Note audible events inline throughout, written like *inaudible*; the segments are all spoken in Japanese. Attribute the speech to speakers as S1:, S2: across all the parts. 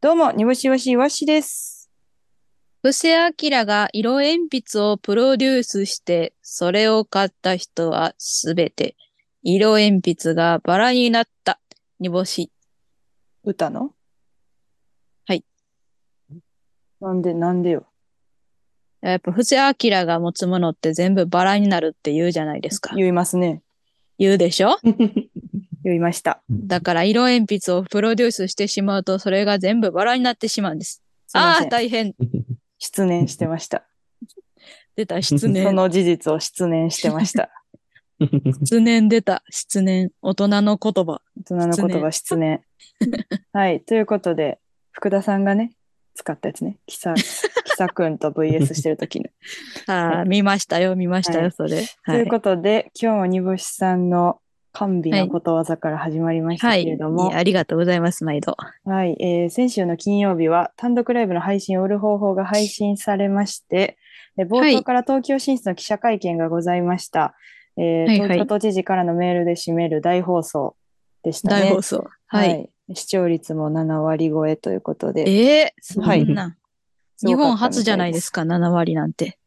S1: どうも、にぼしわしいわしです。
S2: 布施明が色鉛筆をプロデュースして、それを買った人はすべて、色鉛筆がバラになった、煮干し。
S1: 歌の
S2: はい。
S1: なんで、なんでよ。
S2: やっぱ布施明が持つものって全部バラになるって言うじゃないですか。
S1: 言いますね。
S2: 言うでしょ
S1: 言いました。
S2: だから色鉛筆をプロデュースしてしまうと、それが全部バラになってしまうんです。
S1: すいま
S2: あ
S1: せ
S2: あ、
S1: ん。
S2: 大変。
S1: 失念してました。
S2: 出た、失
S1: そ
S2: 念。
S1: の事実を失念してました。
S2: 失念出た、失念。大人の言葉。
S1: 大人の言葉失念。はい。ということで、福田さんがね、使ったやつね。キサ、キサくんと VS してる時の。
S2: ああ、見ましたよ、見ましたよ、
S1: はい
S2: それ。
S1: ということで、今日も煮干しさんの甘美のことわざから始まりました
S2: は
S1: け
S2: い
S1: れども、
S2: いやありがとうございます、毎度。
S1: はい、えー先週の金曜日は単独ライブの配信を売る方法が配信されまして、え冒
S2: は
S1: 頭
S2: い
S1: から東京進出の記者会見がございました。えー
S2: はいはい
S1: 東京都知事からのメールで締める大放送でしたね。
S2: 大放送。はい。
S1: 視聴率も7割超えということで、
S2: ええそんな
S1: はい
S2: ん
S1: す
S2: 日
S1: ごか
S2: 本
S1: ったみた
S2: 初じゃないですか、7割なんて。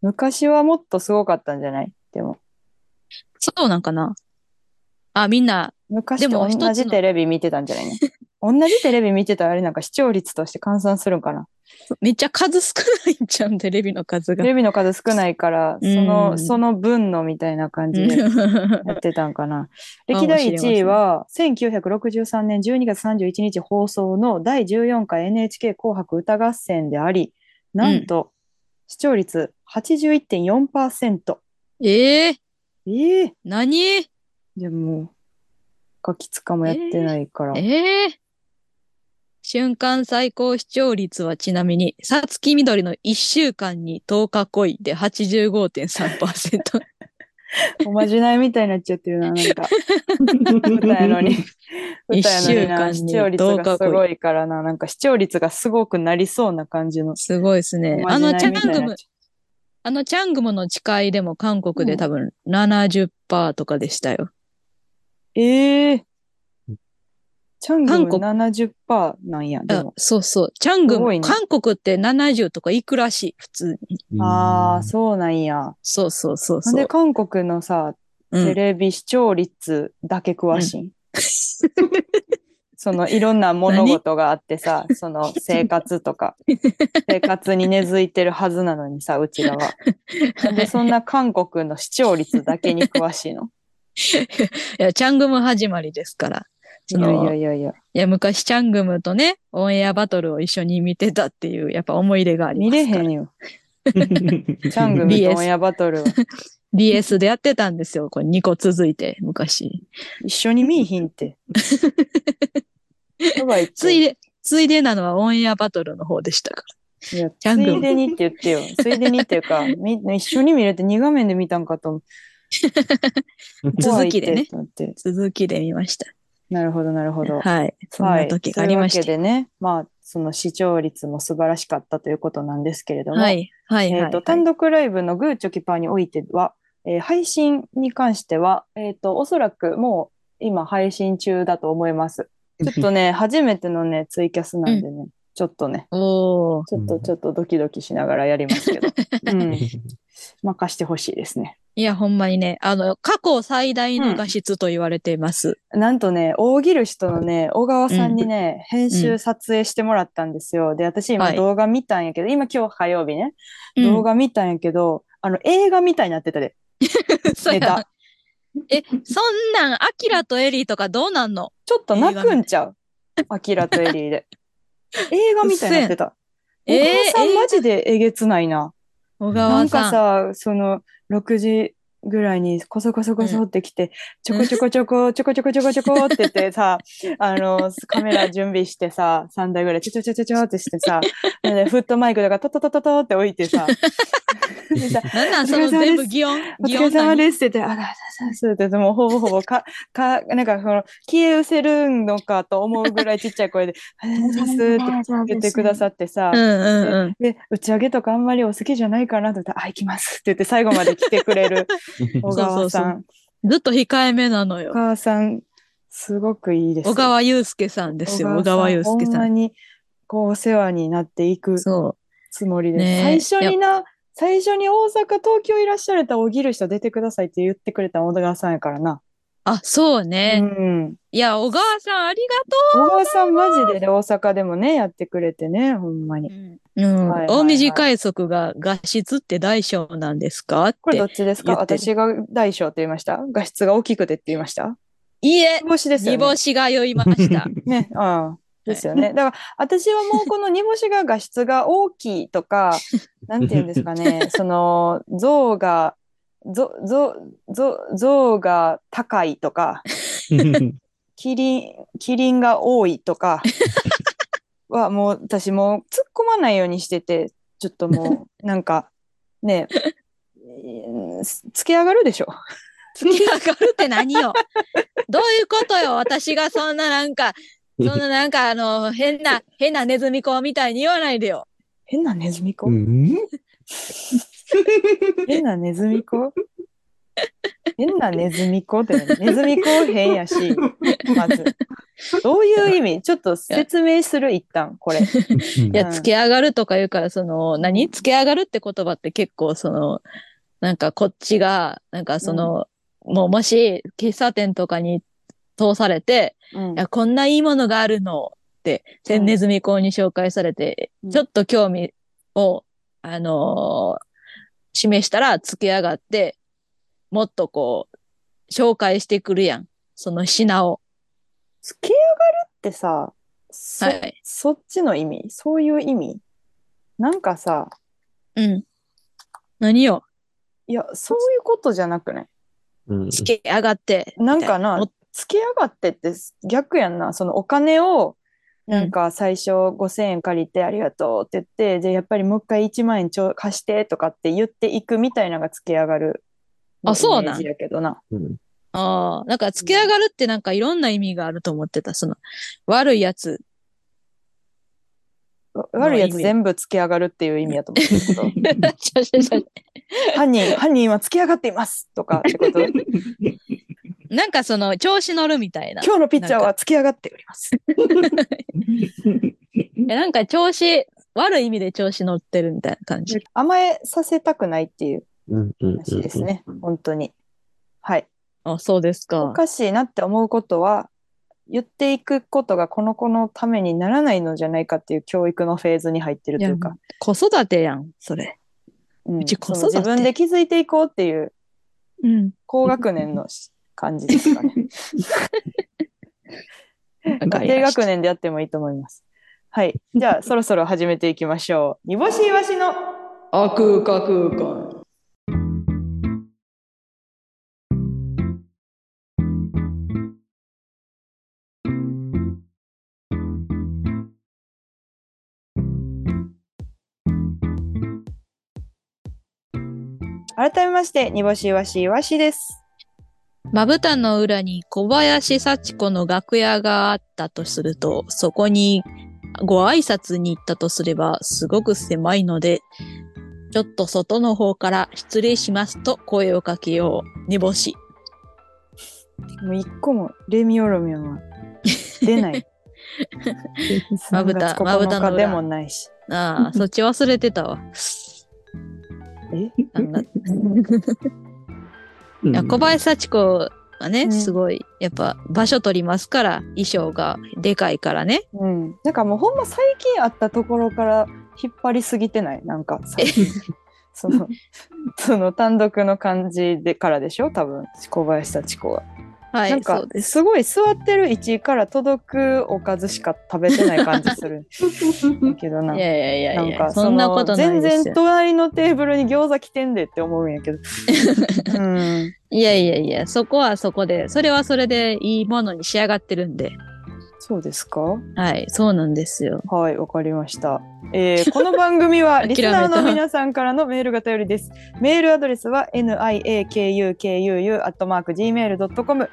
S1: 昔はもっとすごかったんじゃないでも、
S2: そうなんかなあ、みんな、
S1: 昔
S2: で
S1: と
S2: も
S1: 同
S2: 一つ
S1: じ
S2: の
S1: テレビ見てたんじゃないの *laughs* 同じテレビ見てたらあれなんか視聴率として換算するんかな
S2: めっちゃ数少ないんちゃうん、テレビの数
S1: テ
S2: が。
S1: レビの数少ないから、そ
S2: うん
S1: の、その分のみたいな感じで。やってたんか
S2: *laughs*
S1: な。
S2: かも
S1: 歴
S2: しれませ
S1: 代
S2: ん
S1: 1位は、1963年12月31日放送の第14回 NHK 紅白歌合戦であり、なんと、視聴率81.4%。
S2: *laughs* ええ
S1: ええ
S2: 何え
S1: でも、ガキつかもやってないから。
S2: え瞬間最高視聴率はちなみに、さつきみどりの1週間に10日恋で85.3%。
S1: *laughs* おまじないみたいになっちゃってるな、なん
S2: *laughs*
S1: か。歌やのに。 *laughs* 歌やのにな
S2: 一週間
S1: 視
S2: に
S1: 聴率
S2: どう
S1: が
S2: か
S1: すごいからな、なんか視聴率がすごくなりそうな感じの。
S2: すごいですね。あ
S1: お
S2: の、
S1: ま
S2: チ
S1: じ
S2: ャ
S1: ないみたいに
S2: ン
S1: な
S2: グ
S1: っちゃ
S2: ム
S1: う、
S2: あの、チャングムの誓いでも韓国で多分70%とかでしたよ。
S1: ええチャング
S2: 韓
S1: ム
S2: 国
S1: 70%なんや、で
S2: あ
S1: も。
S2: そうそう。チャング
S1: すごい
S2: ム、
S1: ね
S2: 韓国って70とかいくらしい、普通に。
S1: ああ、そうなんや。
S2: そうそうそう
S1: なん
S2: そ
S1: で
S2: う。
S1: 韓国のさ、
S2: うん
S1: テレビ視聴率だけ詳しいん、 *laughs* そのいろんな物事があってさ、その生活とか、生活に根付いてるはずなのにさ、うちらは。なんでそんな韓国の視聴率だけに詳しいの
S2: いや、チャングム始まりですから。
S1: い
S2: その
S1: やいやいやいや。
S2: いや、昔チャングムとね、オンエアバトルを一緒に見てたっていう、やっぱ思い出があり
S1: 見
S2: ます
S1: れ
S2: から。
S1: へんよ。チャングムとオンエアバトルは
S2: BS でやってたんですよ。これ2個続いて、昔。
S1: 一緒に見いひんって。とは言って
S2: *laughs* ついで、ついでなのはオンエアバトルの方でしたか
S1: いや
S2: ジャングル
S1: ついでにって言ってよ。ついでにっていう
S2: *laughs*
S1: か、み一緒に見れて2画面で見たんかと思って。
S2: 続きで
S1: 怖いっ
S2: ね
S1: てと思って
S2: ら。続きで見ました。
S1: なるほど、なるほど。
S2: はい。そんな時がありまし
S1: はい、とい
S2: て。
S1: うわけでね、まあ、その視聴率も素晴らしかったということなんですけれども、
S2: はい。はい。
S1: え
S2: は
S1: っ
S2: い
S1: と、単独ライブのグーチョキパーにおいては、えー配信に関しては、えっ、と、おそらくもう今配信中だと思います。ちょっと
S2: *laughs*
S1: ね、初めてのね、ツイキャスなんでね、ちょっとね、
S2: おー。
S1: ちょっとちょっとドキドキしながらやりますけ
S2: *laughs*
S1: ど、うん、任してほしいですね。
S2: いや、ほんまにね、あの、過去最大の画質と言われています。
S1: なんとね、大喜利人のね、小川さんにね、編集撮影してもらったんですよ。で、私今
S2: はい
S1: 動画見たんやけど、今今日火曜日ね、
S2: うん
S1: *laughs* 動画見たんやけど、あの映画みたいになってたで、
S2: そう
S1: ネ
S2: や
S1: タ。
S2: *laughs* え、そんなん、アキラとエリーとかどうなんの
S1: ちょっと泣くんちゃうアキラとエリーで。映画みたいになってた。
S2: えー
S1: 小川さん
S2: えー
S1: マジでえげつないな。
S2: 小
S1: な
S2: 川
S1: んか
S2: さん。
S1: さ、その、6時ぐらいにこそこそこそってきて、ちょこちょこちょこちょこちょこちょこちょこって言って
S2: *laughs*
S1: さ、あの、カメラ準備してさ、3台ぐらいちょちょちょちょちょってしてさ、でフットマイクとかトトトトトって置いてさ、でさ
S2: なんなん、そ
S1: お
S2: の
S1: 疲れ様
S2: 全部
S1: です
S2: 擬音、
S1: お
S2: *laughs* 擬
S1: 疲れ
S2: 音な
S1: 様
S2: ん
S1: ですって言って、あら、だだそうって、もうほぼほぼか、か、なんかその、消え失せるのかと思うぐらいちっちゃい声
S2: *laughs*
S1: で、ありがとうございますって言ってくださってさ、
S2: うんうんうん。
S1: で、打ち上げとかあんまりお好きじゃないかなと思ったら、あ、行きますって言って最後ま
S2: *laughs*
S1: で来てくれる小川さん。
S2: ずっと控えめなの
S1: 小
S2: よ。
S1: 川さん、すごくいいです。
S2: 小川祐介さんですよ、小川祐介
S1: ほん
S2: さ
S1: ま
S2: ん。
S1: に、こう、お世話になっていく
S2: そ
S1: つもりです。
S2: ねえ
S1: 最初にな、最初に大阪、東京いらっしゃれたおぎる人出てくださいって言ってくれた小川さんやからな。
S2: う。あ、そうね。
S1: うん。
S2: いや、小川さんあり
S1: 小川さんマジでね大阪でもね、やってくれてね、ほんま
S2: が
S1: に。
S2: とう。うん。
S1: はいはいはい
S2: 大水海賊が画質って大小なんですかっ
S1: これど
S2: て。
S1: っちですか
S2: 言ってる
S1: 私が大小って言いました画質が大きくてって言いました
S2: いいえ、
S1: 煮干しですよ
S2: 煮
S1: ね
S2: 干。しが酔いました。
S1: ね、ああ。ですよね。だから、私はもうこの煮干しが画質が大きいとか、なんて言うんですかね、その、像が、像、像、像、像が高いとか、キリン、キリンが多いとかは、もう私もう突っ込まないようにしてて、ちょっともう、なんか、ね、えーつつけ上がるでしょ。
S2: 突 *laughs* き上がるって何よ。どういうことよ。私がそんななんか、そんななんかあの、変な、変なネズミ子みたいに言わないでよ。
S1: 変なネズミ子、
S3: うん
S1: 変なネズミ子変なネズミ子って何ネズミ子変やし、まず。どういう意味ちょっと説明する一旦、これ。
S2: いや、
S1: うん
S2: つけ上がるとか言うから、その、何つけ上がるって言葉って結構、その、なんかこっちが、なんかその、もうもし、喫茶店とかに通されて、
S1: うん
S2: いやこんないいものがあるのって、で
S1: うん
S2: ネズミ講に紹介されて、
S1: うん
S2: ちょっと興味を、あのー示したらつけ上がって、もっとこう、紹介してくるやん。その品を。
S1: つけ上がるってさ、そ,、
S2: はい
S1: そっちの意味そういう意味なんかさ、
S2: うん。何よ
S1: いや、そういうことじゃなくない
S3: うん
S2: つけ上がって。
S1: なんかな
S2: も、
S1: つけ上がってって逆やんな。そのお金を、なんか最初5000円借りてありがとうって言って、じゃあやっぱりもう一回1万円ちょ貸してとかって言っていくみたいなのがつけ上がる。
S2: あそう
S1: イメ
S2: なん
S1: ージやけどな。
S3: うん
S2: ああ、なんか、つけ上がるってなんかいろんな意味があると思ってた。その、悪いやつ。
S1: わ悪いやつ
S2: まあ。
S1: 全部つけ上がるっていう意味やと思うんですけど
S2: *laughs* ちょちょちょ
S1: 犯人、犯人はつけ上がっていますとかってこと。今
S2: なんかその、調子乗るみたいな。
S1: 日のピッチャーはつけ上がっております。
S2: えなんか調子、悪い意味で調子乗ってるみたいな感じ。
S1: 甘えさせたくないっていう
S3: うんうん
S1: 話ですね。本当に。はい。
S2: あ、そうです
S1: お
S2: か。
S1: かしいなって思うことは、言っていくことがこの子のためにならないのじゃないかっていう教育のフェーズに入ってるというか、
S2: 子育てやん、それ。
S1: うん
S2: うち子
S1: その
S2: 育て
S1: 自分で気づいていこうっていう
S2: うん。
S1: 高学年のし感じですかね。低
S2: わかりました
S1: 学年でやってもいいと思います。はい。じゃあ、そろそろ始めていきましょう。煮干しいわしの。
S2: あ、空間空間。
S1: 改めまして、煮干しいわしいわしです。
S2: まぶたの裏に小林幸子の楽屋があったとすると、そこにご挨拶に行ったとすれば、すごく狭いので、ちょっと外の方から失礼しますと声をかけよう。煮干し。
S1: もう一個もレミオロメンは出
S2: *laughs*
S1: ない。
S2: まぶた
S1: 3月9日
S2: まぶたの裏
S1: でもないし。
S2: ああ、そっち忘れてたわ。
S1: え
S2: なん *laughs* だいや小林幸子はね、
S1: うん
S2: すごい、やっぱ場所取りますから、衣装がでかいからね。
S1: うん。なんかもうほんま最近あったところから引っ張りすぎてないなんかさ *laughs* その、その単独の感じでからでしょ多分、小林幸子は。
S2: はい、
S1: なん
S2: そ
S1: か
S2: うです。
S1: すごい座ってる位置から届くおかずしか食べてない感じするだけどない
S2: やいやいやいや
S1: なんか
S2: そんなことない
S1: 全
S2: ですよ。
S1: 然隣のテーブルに餃子来てんでって思うんや
S2: *laughs*
S1: けど。うん、
S2: いやいやいや、そこはそこで、それはそれでいいものに仕上がってるんで。
S1: そうですか
S2: はい、そうなんですよ。
S1: はい、わかりました。え
S2: *laughs*
S1: ーこの番組は
S2: 諦
S1: リ
S2: め
S1: ス
S2: た
S1: ナーの皆さんからのメールが頼りです。メールアドレスは niakukuu.gmail.com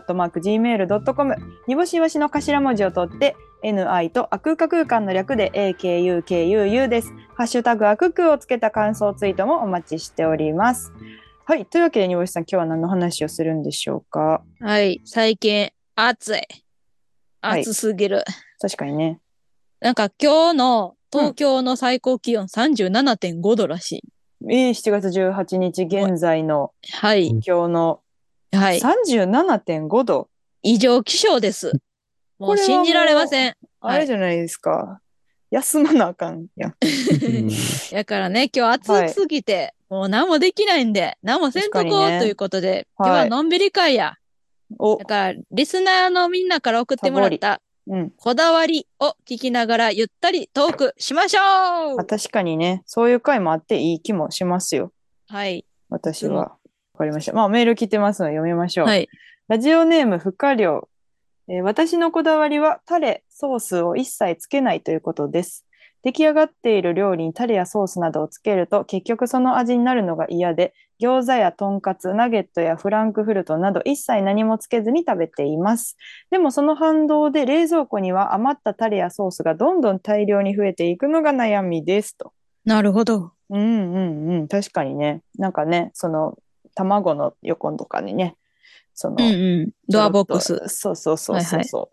S1: niakukuu.gmail.com にぼしわしの頭文字を取って ni とあくうか空間の略で akukuu です。ハッシュタグあくくをつけた感想ツイートもお待ちしております。はい。というわけで、にぼしさん、今日は何の話をするんでしょうか
S2: はい、最近暑い。
S1: はい
S2: 暑すぎる。
S1: 確かにね。
S2: なんか今日の東京の最高気温37.5度らし
S1: えー、7月18日現在の
S2: い。はい。
S1: 今日の
S2: はい。
S1: 37.5度。
S2: 異常気象です。も
S1: こ
S2: う
S1: れは
S2: 信じられません。はい
S1: あれじゃないですか。休まなあかんやん。
S2: だからね、今日暑すぎて、もう何もできないんで、何もせんとこ
S1: 確か
S2: う、
S1: にね
S2: ということで、
S1: はい
S2: 今日はのんびり会や。
S1: お
S2: だ、から、リスナーのみんなから送ってもらった
S1: うん。
S2: こだわりを聞きながらゆったりトークしましょう
S1: あ確かにね、そういう回もあっていい気もしますよ。
S2: はい。
S1: 私
S2: うん
S1: は。わかりました。まあ、メール来てますので読みましょう。
S2: はい。
S1: ラジオネーム、不可量。えー私のこだわりは、タレ、ソースを一切つけないということです。出来上がっている料理にタレやソースなどをつけると、結局その味になるのが嫌で、餃子やとんかつ、ナゲットやフランクフルトなど一切何もつけずに食べています。でもその反動で冷蔵庫には余ったタレやソースがどんどん大量に増えていくのが悩みですと。
S2: なるほど。
S1: うんうんうん、確かにね。なんかね、その卵の横とかにね、その、
S2: うんうん。ドアボック
S1: ちょ
S2: ス
S1: ろっ。と。そうそうそう
S2: はいは
S1: そう
S2: い
S1: そ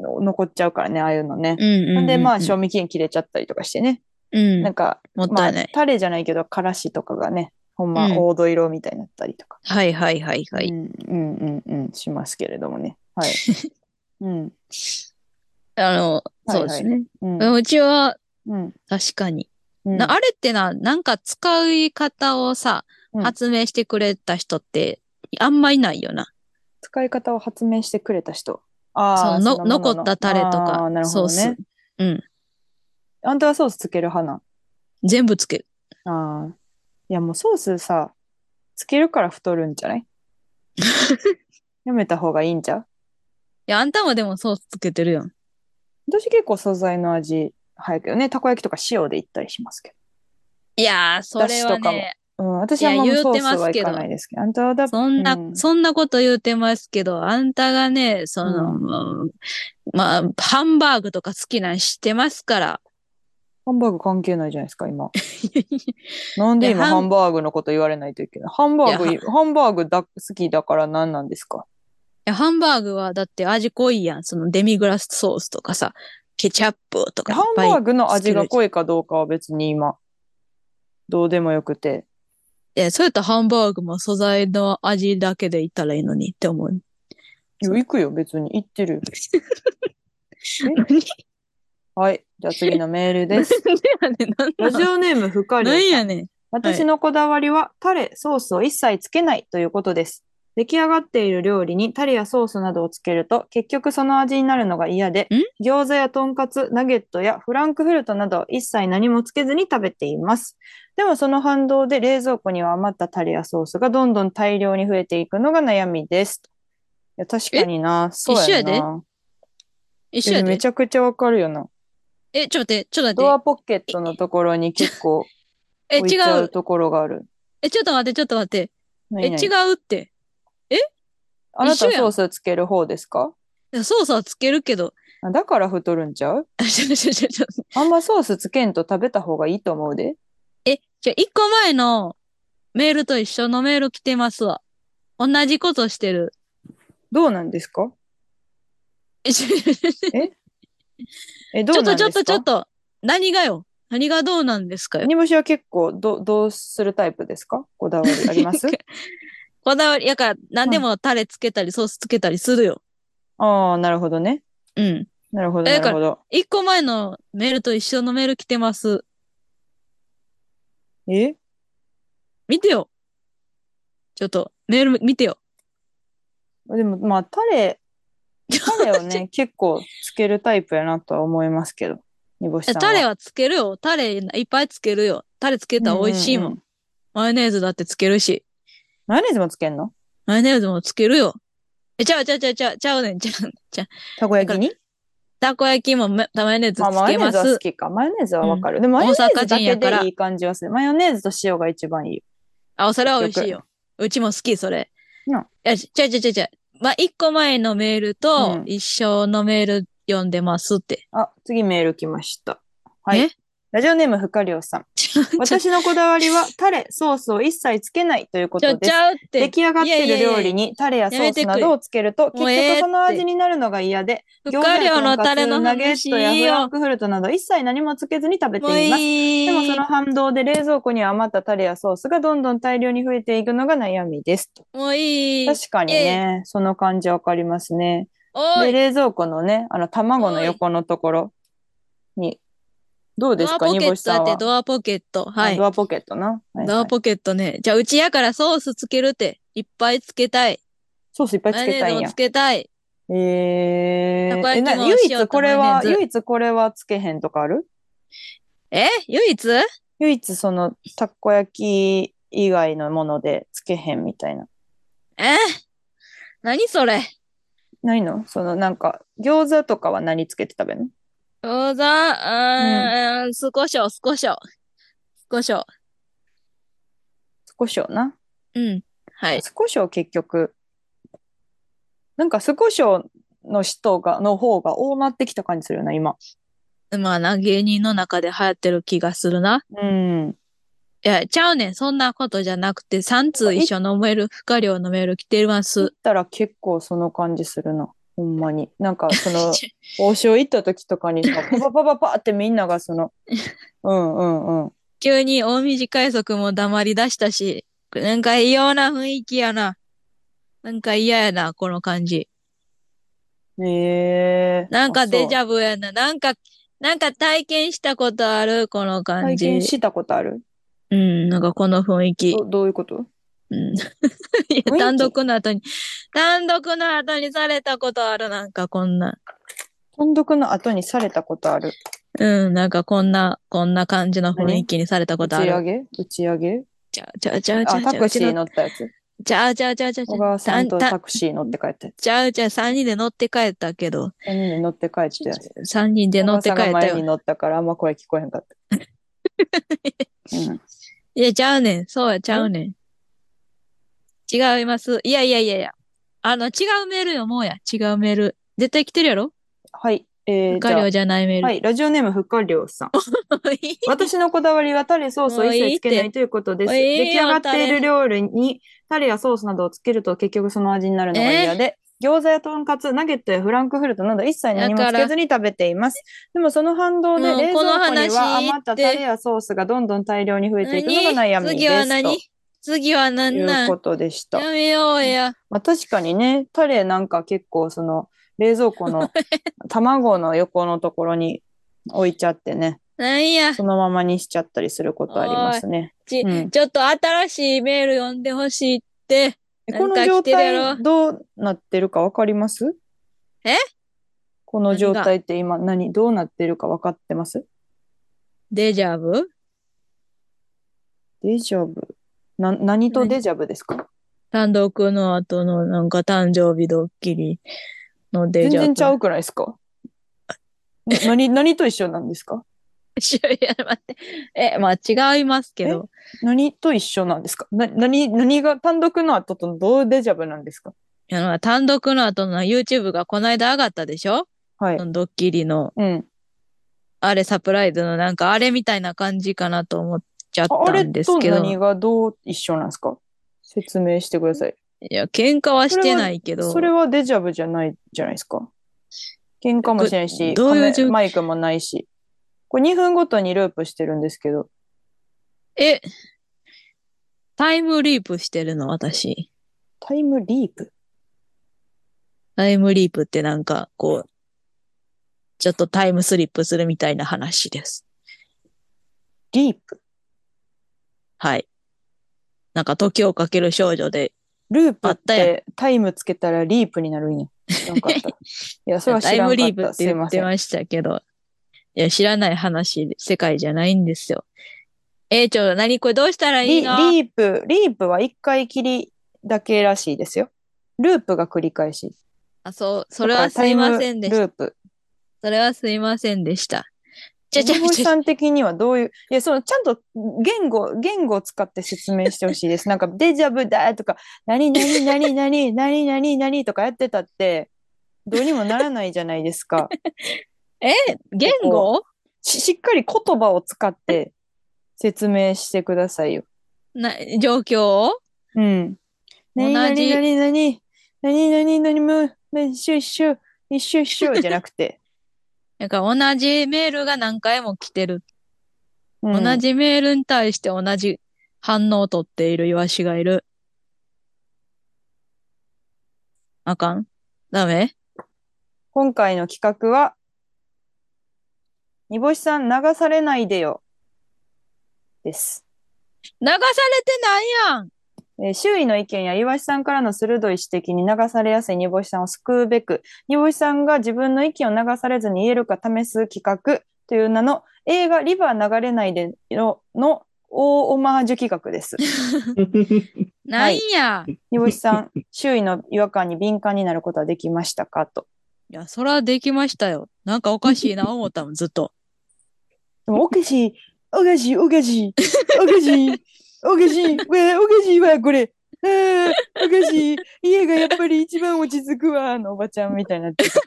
S1: う、の残っちゃうからね、ああいうのね。
S2: うんうんうんうん。
S1: ほんで、まあ、賞味期限切れちゃったりとかしてね。
S2: うん
S1: なんか、
S2: もったいな
S1: まあ
S2: い。
S1: タレじゃないけど、からしとかがね、ほん
S2: う
S1: ま、
S2: ん
S1: 黄土色みたいになったりとか。
S2: はいはいはいは
S1: う
S2: い。
S1: んうんうんうん、しますけれどもね。
S2: *laughs*
S1: はい。うん。
S2: あの、
S1: いはい
S2: そうですね。
S1: うん。
S2: うちは、
S1: うん。
S2: 確かに。
S1: うん
S2: なあれってな、なんか使い方をさ、
S1: うん
S2: 発明してくれた人って、あんまいないよな。
S1: 使い方を発明してくれた人。ああ、
S2: その
S1: そのものの
S2: 残ったタレとか
S1: あーなるほどね、
S2: ソースうん。
S1: あんたはソースつける派なん
S2: 全部つける。
S1: ああ。いやもうソースさ、つけるから太るんじ
S2: *laughs*
S1: ゃないやめた方がいいんじゃう
S2: いや、あんたもでもソースつけてるやん。
S1: 私結構素材の味早いけどね、たこ焼きとか塩でいったりしますけ
S2: いやー、それは
S1: だしとかも
S2: ね、
S1: ど。うん、私はあんま
S2: いや
S1: ソー
S2: 言うて
S1: ス
S2: ます
S1: はい
S2: けど
S1: かないですけど。あんたはだ
S2: そんな、
S1: うん
S2: そんなこと言うてますけど、あんたがね、その、うんまあ、ハンバーグとか好きなん知ってます
S1: *laughs*
S2: から。
S1: ハンバーグ関係ないじゃないですか、今。なんで
S2: いや
S1: 今
S2: ハン
S1: ハンバーグのこと言われないといけないハンバ
S2: い
S1: ーグ、ハンバーグだ好きだから何なんですか
S2: いや、ハンバーグはだって味濃いやん。そのデミグラスソースとかさ、ケチャップとかいっ
S1: ハン
S2: ぱい。
S1: バーグの味が濃いかどうかは別に今、どうでもよくて。
S2: え、そうやったらハンバーグも素材の味だけでいったらいいのにって思う。
S1: いや行くよ、別に。行ってるよ。はい。じゃあ次のメールです。
S2: なんでやねんなん
S1: *laughs* ラ
S2: なん
S1: ジオネームふかりょう
S2: なん
S1: さ
S2: や
S1: ん。
S2: ねん。
S1: 私のこだわりは、タレ、ソースを一切つけないということです。出来上がっている料理にタレやソースなどをつけると、結局その味になるのが嫌で、餃子やとんかつ、ナゲットやフランクフルトなど一切何もつけずに食べています。でもその反動で冷蔵庫には余ったタレやソースがどんどん大量に増えていくのが悩みです。いや確かにな。そうやな。
S2: 一緒やで一緒や
S1: でもめ
S2: で。
S1: ちゃくちゃわかるよな。
S2: え、ちょっと待って、ちょっと
S1: ド
S2: 待っ
S1: アポケットのところに結構
S2: て。え、
S1: 置いちゃ
S2: 違
S1: う
S2: う。
S1: ところがある。
S2: え、ちょっと待って、ちょっと待って。え、
S1: 何々
S2: 違うって。
S1: あなた
S2: 一緒やん
S1: ソースつける方ですか
S2: ソースはつけるけど。 *laughs*
S1: あだから太るんちゃう
S2: あちょちょちょちょ。
S1: あんまソースつけんと食べた方がいいと思うで。
S2: え、じゃ、一個前のメールと一緒のメール来てますわ。同じことしてる。
S1: どうなんですか
S2: え、ちょちょちょちょ
S1: え、ど
S2: ち
S1: う
S2: ょっ
S1: な
S2: と
S1: んで
S2: ちょっ
S1: す
S2: と
S1: か
S2: ちょっと、何がよ何がどうなんですかよ
S1: 煮干しは結構どどうするタイプですかこだわりあります
S2: *laughs* こだわり、やから何でもタレつけたりソースつけたりするよ。
S1: ああ、なるほどね。
S2: うん。
S1: なるほど、
S2: え
S1: な
S2: だか
S1: る
S2: ら
S1: ほど。
S2: 一個前のメールと一緒のメール来てます。
S1: え
S2: 見てよ。ちょっと、メール見てよ。
S1: でもまあ、タレ、タレをね、結構つけるタイプやなとは思いますけど。煮干しさんは。
S2: タレはつけるよ。タレいっぱいつけるよ。タレつけたら美味しいもん。
S1: ううう
S2: マヨネーズだってつけるし。
S1: マヨネーズもつけんの
S2: マヨネーズもつけるよ。え、ちゃうちゃうちゃうちゃう、ちゃうねん、ちゃう。
S1: たこ焼きに
S2: たこ焼きもめマヨネーズ
S1: まあ、
S2: つ
S1: マ
S2: け
S1: ヨネー
S2: ま
S1: ズは好
S2: す。
S1: きか。マヨネーズはわかる。でもマヨネーズだけでいい感じはする。マヨネーズと塩が一番いい。
S2: あ、それは美味しいよ。うちも好き、それ。
S1: ない
S2: や、ちゃうちゃうちゃうちゃう。まあ、一個前のメールと
S1: うん
S2: 一緒のメール読んでますって。
S1: あ、次メール来ました。はい
S2: え。 *laughs*
S1: ラジオネームふかりょうさん。私のこだわりは、タレ、ソースを一切つけないというこ
S2: ちょ、
S1: とで
S2: ち
S1: す。
S2: ゃうって
S1: 出。来上がって
S2: いやい
S1: る
S2: やいや
S1: 料理にタレやソ
S2: やめ
S1: ー
S2: て
S1: ス
S2: くれ
S1: などをつけると、結
S2: もうええって
S1: 局その味になるのが嫌で、
S2: 不可量のタレの
S1: ナゲ
S2: 話
S1: ットや
S2: いい
S1: フラン
S2: よ。
S1: クフルトなど一切何もつけずに食べ
S2: もう
S1: ています。
S2: いい。
S1: でもその反動で冷蔵庫に余ったタレやソースがどんどん大量に増えていくのが悩みです。
S2: もういい。
S1: 確かに
S2: イ
S1: ね、その感じわかりますね。
S2: お
S1: で、
S2: い。
S1: 冷蔵庫のね、あの、卵の横のところに、どうで
S2: ド
S1: す
S2: ア
S1: か、
S2: ポ
S1: 煮
S2: ケ
S1: 干し
S2: ットだ
S1: さん
S2: って、
S1: は。
S2: ドアポケット。は
S1: あ
S2: い
S1: ド。アポケットな。はいはい
S2: ドアポケットね。じゃあ、うちやからソースつけるって。いっぱいつけたい。
S1: ソースいっぱいつ
S2: マヨネ
S1: けたいん
S2: ーズ
S1: や
S2: もつ。けたい。
S1: え
S2: た
S1: ー、
S2: こ
S1: え
S2: 焼き
S1: な
S2: も
S1: 唯
S2: 塩と
S1: 一これ
S2: マヨ
S1: は、
S2: ネーズ
S1: 唯一これはつけへんとかある
S2: え唯一
S1: 唯一その、たこ焼き以外のものでつけへんみたいな。
S2: え何それ
S1: ないのその、なんか、餃子とかは何つけて食べるの
S2: 餃子、うーん、少しょ、少しょ。少しょ。
S1: 酢コショウな。
S2: うん。はい。
S1: 酢コショウ結局、なんか酢コショウの人が、の方が多なってきた感じするよな、今。
S2: まあな、芸人の中で流行ってる気がするな。
S1: うん。
S2: いや、ちゃうねん。そんなことじゃなくて、3通一緒のメール、不可量のメール来てます
S1: 行っ。たら結構その感じするな。ほんまに。なん
S2: *laughs*
S1: かその、王将行った時とかにさ、パパパパパってみんながその、うんうんうん。
S2: 急に大短い速も黙り出したし、なんか異様な雰囲気やな。なんか嫌やな、この感じ。
S1: えー、
S2: なんかデジ
S1: ャ
S2: ャブやな。なんか、なんか体験したことある、この感
S1: 体
S2: じ。
S1: 験したことある
S2: うん、なんかこの雰囲気。
S1: どどういうこと
S2: うん。 *laughs* い
S1: 気
S2: や、単独の後に、単独の後にされたことある、なんかこんな。
S1: 単独の後にされたことある
S2: うん、なんかこんな、こんな感じの雰囲気にされたこ
S1: 打ち
S2: とあ
S1: 上
S2: る。
S1: げ打ち上げ
S2: ちゃうちゃうちゃうちゃ
S1: あ、
S2: う
S1: タ
S2: ちゃう
S1: ク
S2: ち
S1: シ
S2: ゃ
S1: ー
S2: う
S1: 乗ったやつ。
S2: ちゃうちゃうちゃうちゃうちゃう
S1: 小川さんと
S2: た
S1: タクシー乗って帰ったやつ。
S2: ちゃうちゃう、3人で乗って帰ったけど、
S1: 3人で乗って帰ってたやつ。
S2: 3人で乗って帰っ
S1: 小川さん
S2: た
S1: が前
S2: よ
S1: に。乗ったからあんま声聞こえへんかった。
S2: *laughs*
S1: うん、
S2: いや、ちゃうねん。そうや、ちゃうねん。違います。いやいやいやいや。あの、違うメールよ、もうや。違うメール。絶対来てるやろ
S1: はい。え
S2: 不
S1: ー、じゃ
S2: 可量じゃない
S1: あ、
S2: メー
S1: は
S2: ル。
S1: い。ラジオネーム、ふかりょうさん。
S2: *laughs*
S1: 私のこだわりはタレ、ソースを一切つけないということです。
S2: もういいって
S1: 出来上がっている料理にタレやソースなどをつけると結局その味になるのが嫌で、餃子やとんかつ、ナゲットやフランクフルトなど一切何もつけずに食べています。でもその反動で
S2: もう
S1: 冷
S2: この
S1: 蔵庫に
S2: 話
S1: は余ったタ
S2: 言って
S1: レやソースがどんどん大量に増えていくのが悩みです。
S2: 次は何次は
S1: と
S2: 何
S1: い
S2: な
S1: うんことでした。
S2: やめようや。
S1: まあ、確かにね、タレなんか結構その冷蔵庫
S2: *laughs*
S1: の卵の横のところに置いちゃってね、
S2: なんや。
S1: そのままにしちゃったりすることありますね。
S2: ち、
S1: うん
S2: ちょっと新しいメール読んでほしいって。
S1: え
S2: な
S1: こ
S2: ん
S1: の
S2: か
S1: 状
S2: 来てるやろ
S1: 態どうなってるかわかります
S2: え
S1: この状態って今何どうなってるか分かってます
S2: デジャブ
S1: デジャブな何とデジャブですか
S2: 単独の後のなんか誕生日ドッキリのデ
S1: 全
S2: ジャブ。
S1: 然ちゃうくないですか
S2: *laughs*
S1: な何何と一緒なんですか
S2: いや、待って。え、まあ違いますけど。
S1: 何と一緒なんですかな何何が単独の後とどうデジャブなんですか
S2: いやまあ単独の後の YouTube がこの間上がったでしょ
S1: はい
S2: そ。のドッキリの、
S1: うん。
S2: あれサプライズのなんかあれみたいな感じかなと思っちゃっ
S1: ああ
S2: た
S1: れ
S2: んです
S1: と
S2: けど。
S1: 何がどう一緒なんですか説明してください。
S2: いや、喧嘩はしてないけど。
S1: それはデジャブじゃないじゃないですか。喧嘩もしないし、
S2: どどういう
S1: カメ
S2: 状
S1: マイクもないし。これ2分ごとにループしてるんですけど、
S2: え、タイムリープしてるの、私。
S1: タイムリープ
S2: タイムリープってなんか、こう、ちょっとタイムスリップするみたいな話です。
S1: リープ
S2: はい。なんか、時をかける少女で、
S1: ループ
S2: あ
S1: っ
S2: ったや
S1: てタイムつけたらリープになるんや。知らんかっ
S2: *laughs*
S1: た。いや、それは
S2: タ
S1: 知
S2: イ
S1: らんか
S2: ムリー
S1: っ。
S2: プったて
S1: すい
S2: 言
S1: ま
S2: っ
S1: せ
S2: て
S1: ん。
S2: ましたけど、いや、知らない話、世界じゃないんですよ。えー、ちょ、何これどうしたらい
S1: リ
S2: いの
S1: リープ、リープは1回きりだけらしいですよ。ループが繰り返し。
S2: あ、そう、それはすいませんで
S1: だ
S2: し
S1: か
S2: た。
S1: らタイムループ。
S2: それはすいませんでした。ちゃちゃ
S1: 弁護士
S2: ち
S1: さ
S2: ゃ、
S1: ん的にはどういう、いや、その、ちゃんと言語、言語を使って説明してほしいです。なんか、デジャブだとか、何何何何何何何とかやってたって、どうにもならないじゃないですか。
S2: え、言語
S1: ししっかり言葉を使って説明してくださいよ。
S2: な、状況を
S1: うん。
S2: 同
S1: 何
S2: じ
S1: 何何何何何何もう一緒一緒一緒一緒じゃなくて。
S2: なんか同じメールが何回も来てる。
S1: うん
S2: 同じメールに対して同じ反応をとっているイワシがいる。あかんダメ
S1: 今回の企画は、煮干しさん流されないでよ。です。
S2: 流されてないやん
S1: えー周囲の意見や岩井さんからの鋭い指摘に流されやすい煮干しさんを救うべく、煮干しさんが自分の意見を流されずに言えるか試す企画という名の映画リバー流れないでのの大オマージュ企画です。
S2: なんや、い、
S1: 煮干しさん、周囲の違和感に敏感になることはできましたかと。
S2: や、そらできましたよ。なんかおかしい *laughs* な思ったもん、ずっと。
S1: でもおかしい、おかしい、おかしい、おかしい、おかしい、わあおかしいわ、これ。あーおかしい、家がやっぱり一番落ち着くわ、のおばちゃんみたいになってた。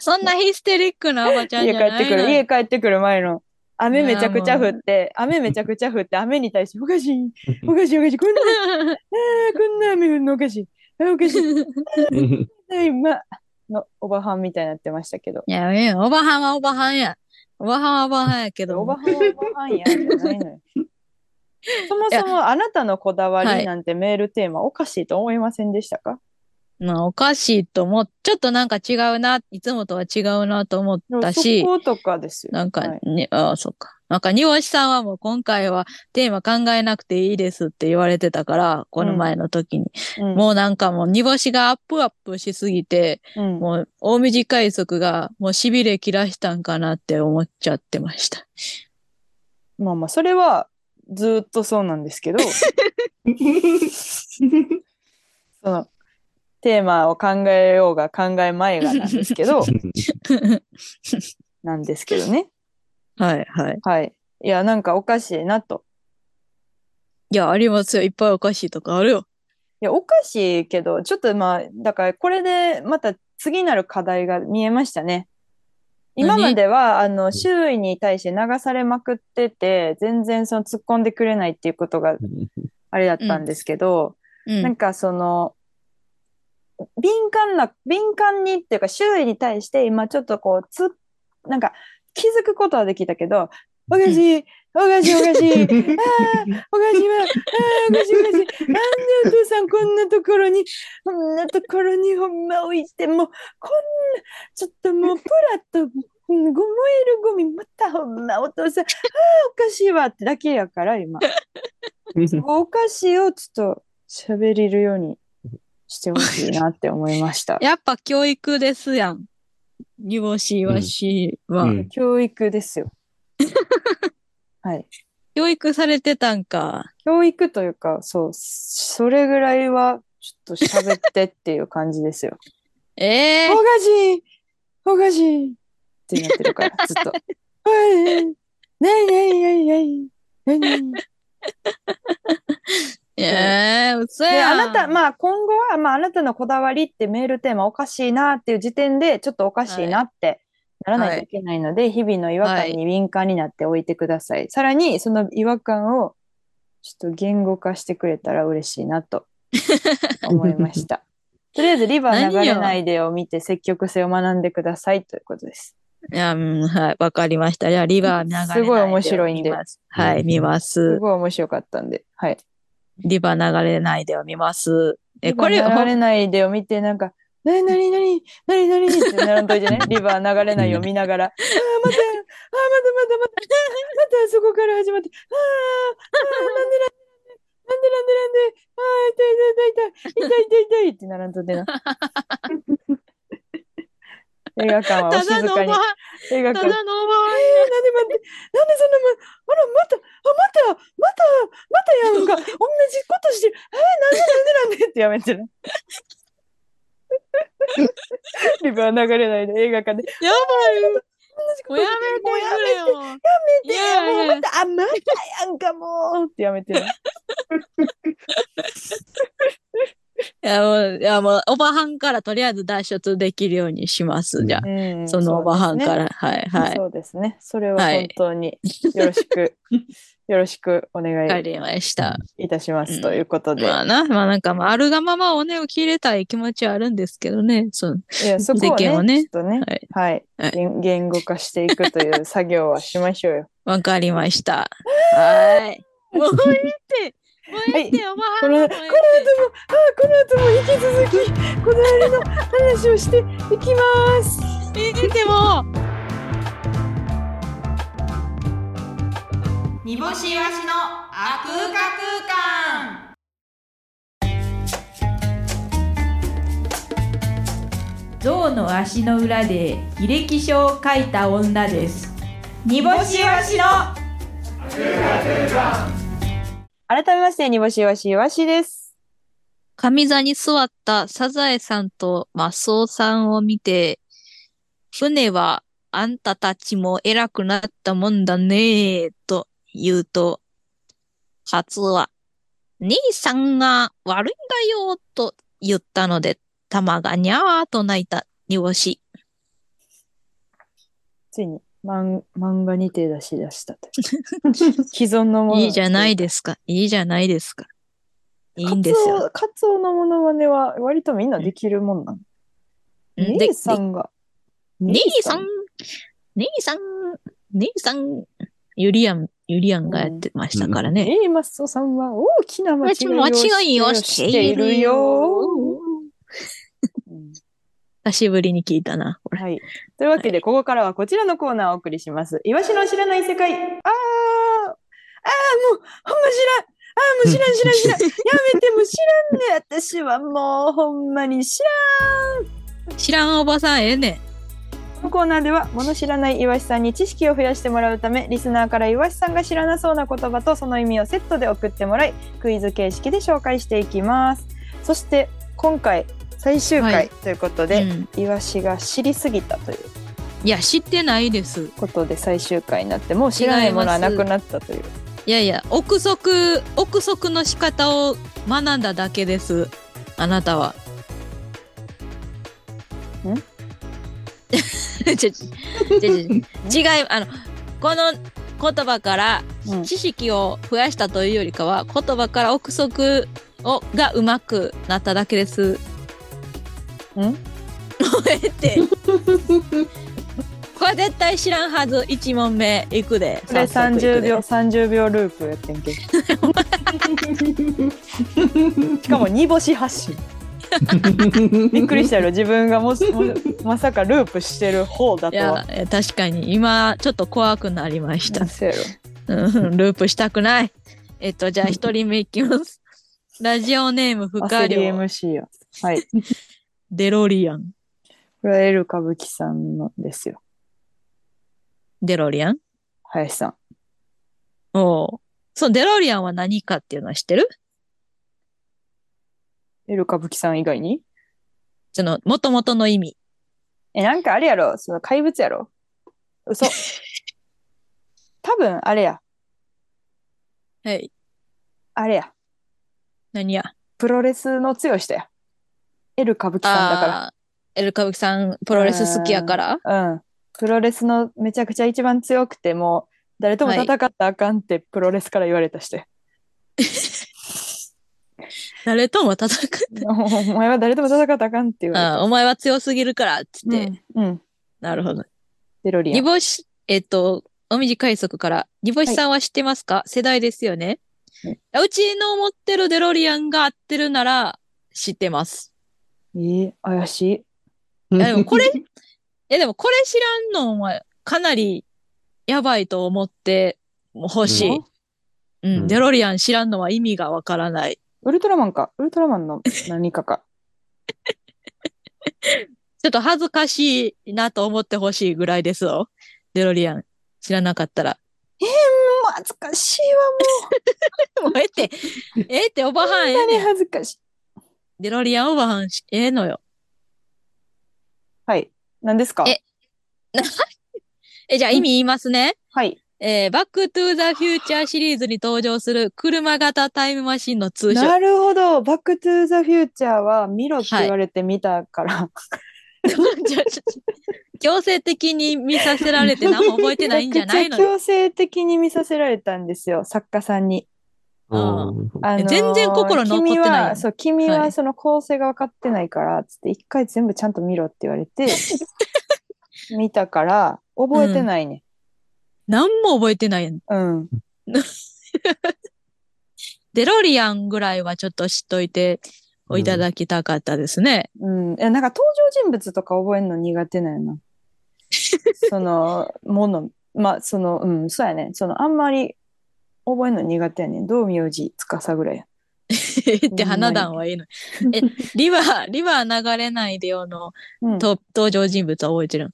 S2: そんなヒステリックなおばちゃんじ
S1: 家
S2: ゃ
S1: 帰
S2: な
S1: って
S2: い
S1: く
S2: の
S1: る、
S2: よ
S1: 家帰ってくる前の。雨めちゃくちゃ降
S2: いや
S1: って、雨めちゃくちゃ降って、雨に対して、おかしい、おかしい、おかしい、こんな、あーこんな雨降るのおかしい、あーおかしい、
S2: *laughs*
S1: はい、ま、のおばはんみたいになってましたけど。
S2: いや、いやおばはんはおばはんや。おばはんはおばはんやけど。
S1: おばはんはおばはんやじゃないのよ。 *laughs* そもそもあなたのこだわりなんてメールテーマおかしいと思いませんでしたか、
S2: まあ、おかしいと思っ、ちょっとなんか違うな、いつもとは違うなと思っ
S1: でも
S2: たし
S1: そ、ことかですよ。
S2: なんか
S1: はい
S2: ね、ああ、そっか。なんか、におしさんはもう今回はテーマ考えなくていいですって言われてたから、この前の時に。
S1: うん
S2: もうなんかもう煮干しがアップアップしすぎて、
S1: うん
S2: もう大短い速がもう痺れ切らしたんかなって思っちゃってました。 *laughs*
S1: まあまあ、それはずーっとそうなんです *laughs* けど、そのテーマを考えようが考えまいがなんですけ *laughs* ど、なんですけどね。
S2: はいはい。
S1: はい。いや、なんかおかしいなと。
S2: いや、ありますよ。いっぱいおかしいとかあるよ。
S1: いや、おかしいけど、ちょっとまあ、だからこれでまた次なる課題が見えましたね。今までは、あの、周囲に対して流されまくってて、全然その突っ込んでくれないっていうことがあれだったんですけど、
S2: う。
S1: なんんかその、敏感な、敏感にっていうか、周囲に対して今ちょっとこう、つ、なんか気づくことはできたけど、おかしい、おかしい、おかしい、おかしいわ。 *laughs* ああ、おかしいおかしい。なんでお父さんこんなところに、こんなところにほんま置いて、もう、こんな、ちょっともう、プラと、うんご燃えるゴミ、またほんま、お父さん、ああ、おかしいわってだけやから、今。おかしいをちょっと喋れるようにしてほしいなって思いました。
S2: やっぱ教育ですやん。煮干し、イワシは。
S3: うん
S1: 教育ですよ。はい。
S2: 教育されてたんか。
S1: 教育というか、そう、それぐらいは、ちょっと喋ってっていう感じですよ。
S2: ええ
S1: おかしいおかしいってなってるから、 *laughs* ずっと。おいないないないないないない
S2: ええ嘘
S1: で、
S2: や
S1: あ
S2: ん。
S1: なた、
S2: あ、
S1: まあ今後は、まああなたのこだわりってメールテーマおかしいなっていう時点で、ちょっとおかしいなってならないといけないので、日々の違和感に敏感になっておいてください。さらに、その違和感をちょっと言語化してくれたら嬉しいなと思いま *laughs* した。とりあえず、リバー流れないでを見て積極性を学んでくださいということです。
S2: いや、うん、はい、わかりました。じゃあ、リバー流れないで。
S1: すごい面白いんで
S2: 見ますはい、見ますす。
S1: ごい面白かったんで。はい。
S2: リバー流れないでを見ます。え、
S1: リバー
S2: これ、
S1: 流れないでを見て、なんか、なになになになになにって並んどいてね。リバー流れないを見ながら。ああ、また、ああ、またまたまた、またそこから始まって。ああ、ああ、なんでなんでなんでなんでなんで、ああ、痛い痛い痛い痛い、痛い痛い痛いって並んどいてな。映画館はお
S2: た
S1: 静か
S2: だ
S1: に
S2: のお。ば、
S1: 映画
S2: た
S1: 館えー、な
S2: だのおば、
S1: んで待って、なんでそんなもん、あら、また、あ、また、また、またやん
S2: *laughs*
S1: か、同じことしてる、えー、なんでなんでなんでってやめて
S2: *laughs*
S1: る。リバー流れないで映画館で、
S2: やばいよ。
S1: 同じこ
S2: も
S1: と
S2: うや
S1: して
S2: め
S1: る
S2: てくれよ。
S1: て
S2: や
S1: も
S2: めていうやいや
S1: また、あ、ま
S2: *laughs*
S1: たやんか、もうってやめてる。
S2: いや、もう、いや、もう、オバハンからとりあえず脱出できるようにします。じゃあ、
S1: うん
S2: そのオバハンから。はい、はい。
S1: そうですね。それは本当によろし
S2: *laughs*
S1: く、よろしくお願
S2: わか
S1: い
S2: りました。
S1: いたしま
S2: うん
S1: すということで。
S2: まあな、まあなんか、まあ、あるがままをね、受け入れたい気持ちはあるんですけどね。そう。
S1: い
S2: *laughs*
S1: や、そこ
S2: 意見を
S1: は
S2: ね
S1: ね、ちょっとね、はい、
S2: はい
S1: 言言語化していくという作業はしまし
S2: *laughs*
S1: ょうよ。
S2: わかりました。 *laughs* はい。もうええって、もうええって、おば
S1: こ
S2: はん。
S1: の
S2: も
S1: 後
S2: う
S1: も、あ
S2: ええっ
S1: この後も引き
S2: て
S1: 続き、こだわりの話をしていきます。
S2: ええってもう。
S3: 煮干しわしのあ空間空間
S4: 象の足の裏で履歴書を書いた女です煮干しわしの
S1: 改めまして、にぼしわしわしです。
S2: 上座に座ったサザエさんとマスオさんを見て、船はあんたたちも偉くなったもんだねえ、と言うと、カツは、兄さんが悪いんだよ、と言ったので、玉がにゃーと泣いた煮干し。
S1: ついに漫漫画に手出し出したと。
S2: *laughs*
S1: 既存のもの。
S2: いいじゃない
S1: で
S2: ですか。いいじゃないですか。い
S1: す
S2: いんですよ。
S1: カツオのものまねは割とみんなできるもんなん。
S2: うんで
S1: 兄さんが。
S2: 兄さん、兄さん、兄さん、ユリアン、ユリアンがやってましたからね。
S1: ええ、マスオさんは大きな間違いを
S2: 間違いをしているよ。。
S1: うん
S2: 久しぶりに聞いたな、これ。
S1: はい。というわけで、ここからはこちらのコーナーをお送りします。イワシの知らない世界。あー、あー、もう、ほんま知らん。あー、もう知らん、知らん、知 *laughs* らん。やめて、もう知らんね。私はもう、ほんまに知らん。
S2: 知らんおばさんええねん。
S1: このコーナーでは物知らないイワシさんに知識を増やしてもらうためリスナーからイワシさんが知らなそうな言葉とその意味をセットで送ってもらいクイズ形式で紹介していきますそして今回最終
S2: は
S1: 回
S2: い
S1: ということで、
S2: うん
S1: イワシが知りすぎたという
S2: いや、知ってないです。
S1: ことで最終回になってもう知らないものはなくなったという
S2: いやいや、憶測、憶測の仕方を学んだだけです。あなたは。
S1: ん
S2: *laughs* ちょちょちょ違い、あの、この言葉から
S1: うん
S2: 知識を増やしたというよりかは、言葉から憶測をがうまくなっただけです。
S1: ん
S2: もう *laughs* ええって。
S1: *laughs*
S2: これ絶対知らんはず。一問目いくで。
S1: これ
S2: 早速いくで
S1: 30秒30秒ループやってん *laughs* けどしかも煮干し発信びっくりしたやろ自分がもしもまさかループしてる方だ
S2: い
S1: とは
S2: や、え確かに今ちょっと怖くなりました。
S1: そうやろ
S2: うん、ループしたくない。えっと、じゃあ一人目いきます。
S1: *laughs*
S2: ラジオネーム、
S1: ア
S2: 不可
S1: セリ
S2: 量、
S1: MC や。はい。
S2: デロリアン。
S1: これはエル歌舞伎さんのですよ。
S2: デロリアン
S1: 林さん。
S2: おうそう、デロリアンは何かっていうのは知ってる
S1: エル歌舞伎さん以外に
S2: その、元々の意味。
S1: え、なんかあれやろその怪物やろ *laughs* 嘘。多分あれや。
S2: はい。
S1: あれや。
S2: 何や
S1: プロレスの強しだや。エル歌舞伎さんだか
S2: あーエル歌舞伎さん、プロレス好きやから。
S1: ら。うん。プロレスのめちゃくちゃ一番強くてもう誰とも戦ったらあかんってプロレスから言われた人や。 *laughs*
S2: 誰
S1: *laughs*
S2: とも戦って。
S1: お前は誰とも戦ったらあかんって言わ
S2: あーお前は強すぎるから、っつっ
S1: れ
S2: て。
S1: た。うん。うん。
S2: なるほど。
S1: デロリア
S2: 煮
S1: ン。
S2: 干し、えっと、おみじ快速から、煮干しさんは知ってますか、世代ですよね、うちの持ってるデロリアンが合ってるなら知ってます。
S1: えー、怪しい。
S2: いやでもこれ、いやでもこれ知らんのはかなりやばいと思ってほしい。うん、
S5: うん
S2: デロリアン知らんのは意味がわからない。
S1: ウルトラマンか。ウルトラマンの何か *laughs* か。
S2: ちょっと恥ずかしいなと思ってほしいぐらいですよ。デロリアン知らなかったら。 *laughs*
S1: もう恥ずかしいわ。
S2: もうええって、ええっておばはんええ
S1: 何
S2: ねん。
S1: 恥ずかしい。
S2: デロリアンおばはんしええのよ。
S1: はい。何ですか
S2: ええ、じゃあ意味言いますね。
S1: はい。
S2: えー、バックトゥーザフューチャーシリーズに登場する車型タイムマシンの通称。
S1: なるほど。バックトゥーザフューチャーは見ろって言われて見たから。
S2: *laughs* 強制的に見させられて何も覚えてないんじゃないの
S1: めちゃくちゃ強制的に見させられたんですよ、作家さんに。
S2: うん
S5: うん
S1: あのー
S2: 全然心残ってない
S1: 君は、そう、君
S2: は
S1: はいその構成が分かってないから、つって、一回全部ちゃんと見ろって言われ
S2: *laughs*
S1: て、見たから、覚えてないね。
S2: 何も覚えてないやん。
S1: うん。
S2: デロリアンぐらいはちょっと知っといていただきたかったですね。
S1: うん。いや、なんか登場人物とか覚えるの苦手なんや
S2: *laughs*
S1: な。その、もの、まあ、その、うん、そうやね。その、あんまり覚えるの苦手やね。道明寺司ぐらいや。
S2: *laughs* って花壇はいいの。え、リバー、リバー流れないでよの
S1: うん。
S2: と登場人物は覚えてるん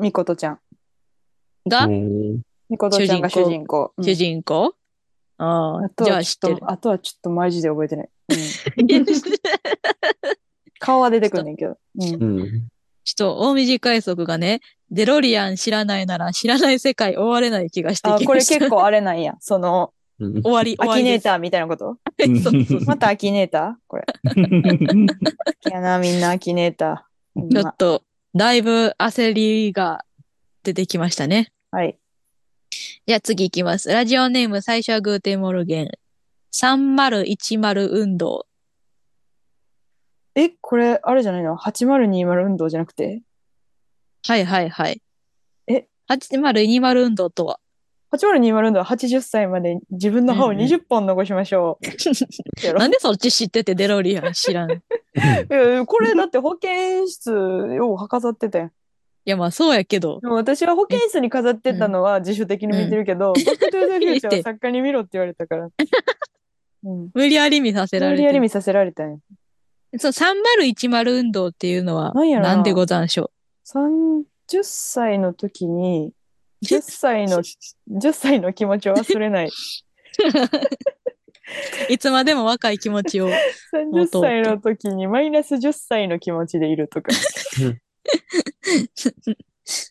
S1: みことちゃん。
S2: が、
S5: うん
S1: みことちゃんが主人公。うん
S2: 主人公、あ
S1: あ
S2: あ、
S1: と
S2: じゃ
S1: は
S2: あ
S1: ち
S2: 知っ
S1: ょ
S2: て
S1: っ
S2: る。
S1: と、あとはちょっとマジで覚えてない。うん
S2: *laughs*
S1: 顔は出てくんねんけど。うん
S5: うん
S2: ちょっと、大短快速がね、デロリアン知らないなら知らない世界終われない気がして
S1: あ、
S2: き
S1: こ
S2: ま
S1: れ
S2: した
S1: 結構あれなんや。その、
S5: うん
S2: 終わり、
S1: ア
S2: 終わ
S1: キ
S2: り
S1: ネー
S2: です。
S1: ターみたいなこと
S5: ー
S2: そうそうそう
S1: またアキネーターこれ。好きやな、みんなアキネーター。ほん
S2: ち
S1: ま
S2: ょっと、だいぶ焦りが出てきましたね。
S1: はい。
S2: じゃあ次行きます。ラジオネーム最初はグーテンモルゲン。3010運動。
S1: え、これ、あれじゃないの ?8020 運動じゃなくて
S2: はいはいはい。
S1: え
S2: ?8020 運動とは
S1: ?8020 運動は80歳まで自分の歯を
S2: うんうん
S1: 20本残しましょう。
S2: *laughs*
S1: やろ
S2: なんでそっち知っててデロリアン知
S1: *laughs*
S2: らん。い
S1: いやこれだって保健室をは飾ってたやん。
S2: やまあそうやけど。
S1: でも私は保健室に飾ってたのは自主的に見てるけど、バックトゥーザフューチャーは作家に見ろって言われた
S2: *laughs*
S1: から。うん。
S2: 無理やり見させら
S1: 無
S2: れ
S1: 理
S2: て
S1: や
S2: る。
S1: り見させられたんや。
S2: そう、3010運動っていうのは
S1: なんやろな
S2: 何でござんしょ
S1: 30歳の時に、10歳
S2: *laughs*
S1: の、10歳の気持ちを忘れない。
S2: う。 *laughs* いつまでも若い気持
S1: *laughs*
S2: ちを。
S1: 30歳の時にマイナス10歳の気持ちでいると
S2: *laughs*
S1: か。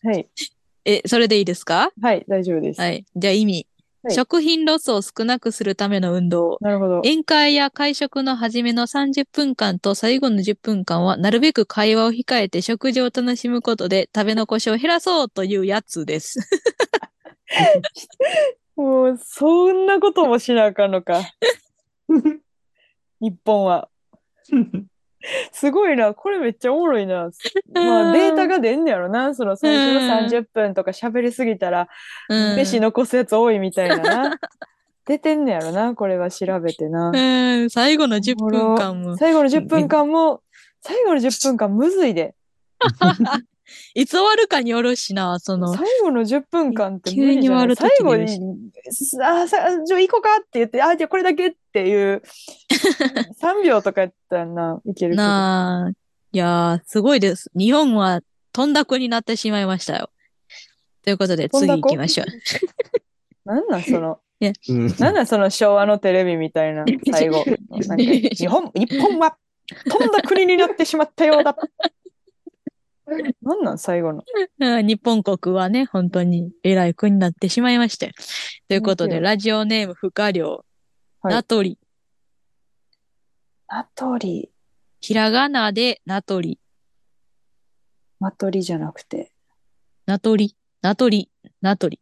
S1: はい。
S2: え、それでいいですか
S1: はい、大丈夫です。
S2: はい。じゃあ意味。
S1: はい
S2: 食品ロスを少なくするための運動。
S1: なるほど。
S2: 宴会や会食の始めの30分間と最後の10分間は、なるべく会話を控えて食事を楽しむことで食べ残しを減らそうというやつです。
S1: もう、そんなこともしなあかんの
S2: *laughs*
S1: か。日本は。すごいな。これめっちゃおもろいな。まあ、データが出んねやろな。その最初の30分とか喋りすぎたら、
S2: うん。
S1: 飯残すやつ多いみたいな
S2: *laughs*
S1: な。出てんねやろな、これは調べてな。
S2: うん最後の10
S1: おもろ
S2: 分間も。
S1: 最後の10分間も、最後の10分間むずいで。
S2: いつ終わるかによるしな、その。
S1: 最後の10分間って無理じゃない
S2: 急に終
S1: 最後
S2: わる時
S1: に、あ、さ、じゃあ行こうかって言って、あ、じゃあこれだけって
S2: *laughs*
S1: いう、3秒とかやったらな、いけるけど。
S2: なあ、いやー、すごいです。日本は飛んだ子になってしまいましたよ。ということで、
S1: 飛ん
S2: 次
S1: だ
S2: 行
S1: 子
S2: きましょう。
S1: なんなんその、
S5: うん
S1: なんなんその昭和のテレビみたい
S2: *laughs*
S1: な、最後。なんか日本、日本は、飛んだ国になってしまったようだ。なんなん最後の。
S2: うん日本国はね、本当に偉い国になってしまいましたよ。ということ
S1: 本当
S2: で、
S1: よ
S2: ラジオネーム不可量、
S1: はい
S2: ナトリ、
S1: 名取、
S2: ひらがなでナトリ、
S1: マトリじゃなくて、
S2: ナトリ、ナトリ、ナトリ、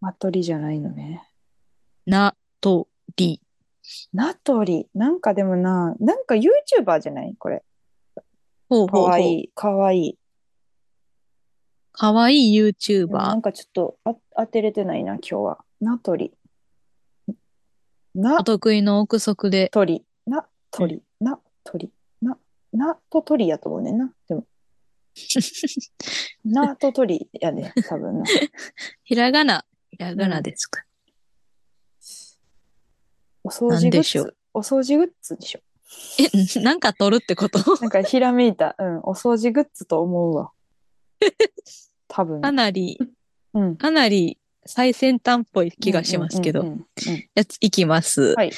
S1: マトリじゃないのね。
S2: ナトリ。
S1: 名取、なんかでもな、なんか YouTuber じゃないこれ。
S2: ほう
S1: か
S2: ほう
S1: わ
S2: ほう。
S1: いい、かわいい。
S2: かわいい
S1: でもな
S2: YouTuber。
S1: んかちょっとあ当てれてないな、今日は。名取。な
S2: お得意の憶測で。
S1: 鳥、な鳥、な鳥、な、なと鳥やと思うねんな。で
S2: *laughs*
S1: も、なと鳥やね、多分
S2: *laughs*
S1: な。
S2: ひらがな、ひらがなですか。
S1: お掃除グ
S2: なんでし
S1: ッ
S2: ょ
S1: ズ。お掃除グッズでしょ。
S2: え、なんか取るってこと *laughs*
S1: なんかひらめいた、うん、お掃除グッズと思うわ。多分。
S2: かなり、
S1: うん。
S2: かなり最先端っぽい気がします
S1: う
S2: け
S1: んう
S2: ど。
S1: んうんうん
S2: やつ、いきます。
S1: はい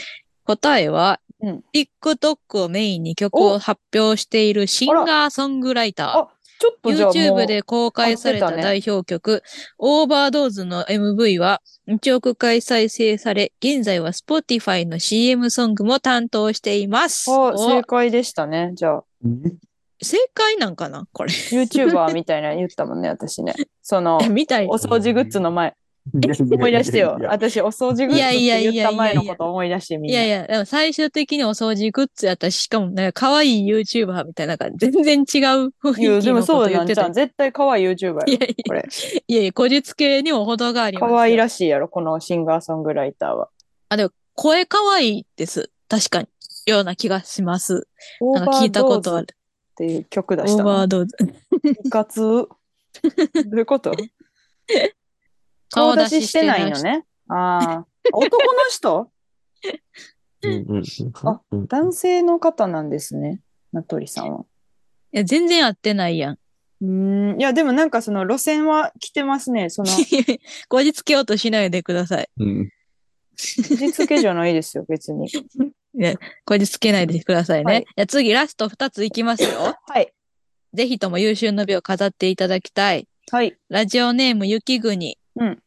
S2: 答えは、
S1: うん
S2: TikTok をメインに曲を発表しているシンガーソングライター。
S1: あちょっとじゃあもう
S2: YouTube で公開された代表曲、オーバードーズの MV は1億回再生され、現在は Spotify の CM ソングも担当しています。
S1: あ
S2: お
S1: 正解でしたね。じゃあ、
S2: 正解なんかなこれ。
S1: YouTuber みたいなの言ったもんね、私ね。その、
S2: *laughs* みたい
S1: お。掃除グッズの
S2: *laughs*
S1: 前。思い出してよ。私、お掃除グッズって言った前のこと思い出してみん
S2: い
S1: な。
S2: やいや、でも最終的にお掃除グッズやったし、しかもなんか可愛い YouTuber みたいな、なんか全然違う
S1: い
S2: 雰囲
S1: や
S2: 気
S1: で
S2: の
S1: も
S2: こ
S1: そ
S2: と
S1: う
S2: 言
S1: な
S2: っ
S1: ん
S2: て
S1: じ
S2: た
S1: ゃん。。絶対可愛い YouTuber
S2: い
S1: よ
S2: やい
S1: これ。
S2: や、いやいや、こじつけにも程がありますよ。
S1: 可愛らしいやろ、このシンガーソングライターは。
S2: 声可愛いです。確かに。ような気がします。
S1: オ
S2: なん
S1: ー
S2: か
S1: バ
S2: 聞
S1: ー
S2: いた
S1: ドー
S2: こと
S1: ズ
S2: あ
S1: っ
S2: る。
S1: ていう曲
S2: オ
S1: 出した
S2: ーバ
S1: の
S2: ー。ドーズ。
S1: いかつ。どういうこと
S2: *laughs* 顔
S1: 顔
S2: 出
S1: 出し
S2: しし
S1: してて
S2: な
S1: ないいのね。ああ。男の人あ男性の方なんですね。名取さんは。
S2: いや、全然合ってないやん。 *laughs*
S1: うーん。いや、でもなんかその路線は来てますね。
S2: *laughs*
S1: その、
S2: こじつけようとしないでください。
S1: 味付けじゃないですよ、別に。
S2: こじつけないでくださいね。
S1: はい
S2: い、や次、ラスト2ついきますよ。
S1: はい。
S2: ぜひとも優秀の美を飾っていただきたい。
S1: はい。
S2: ラジオネーム、雪国
S1: うん。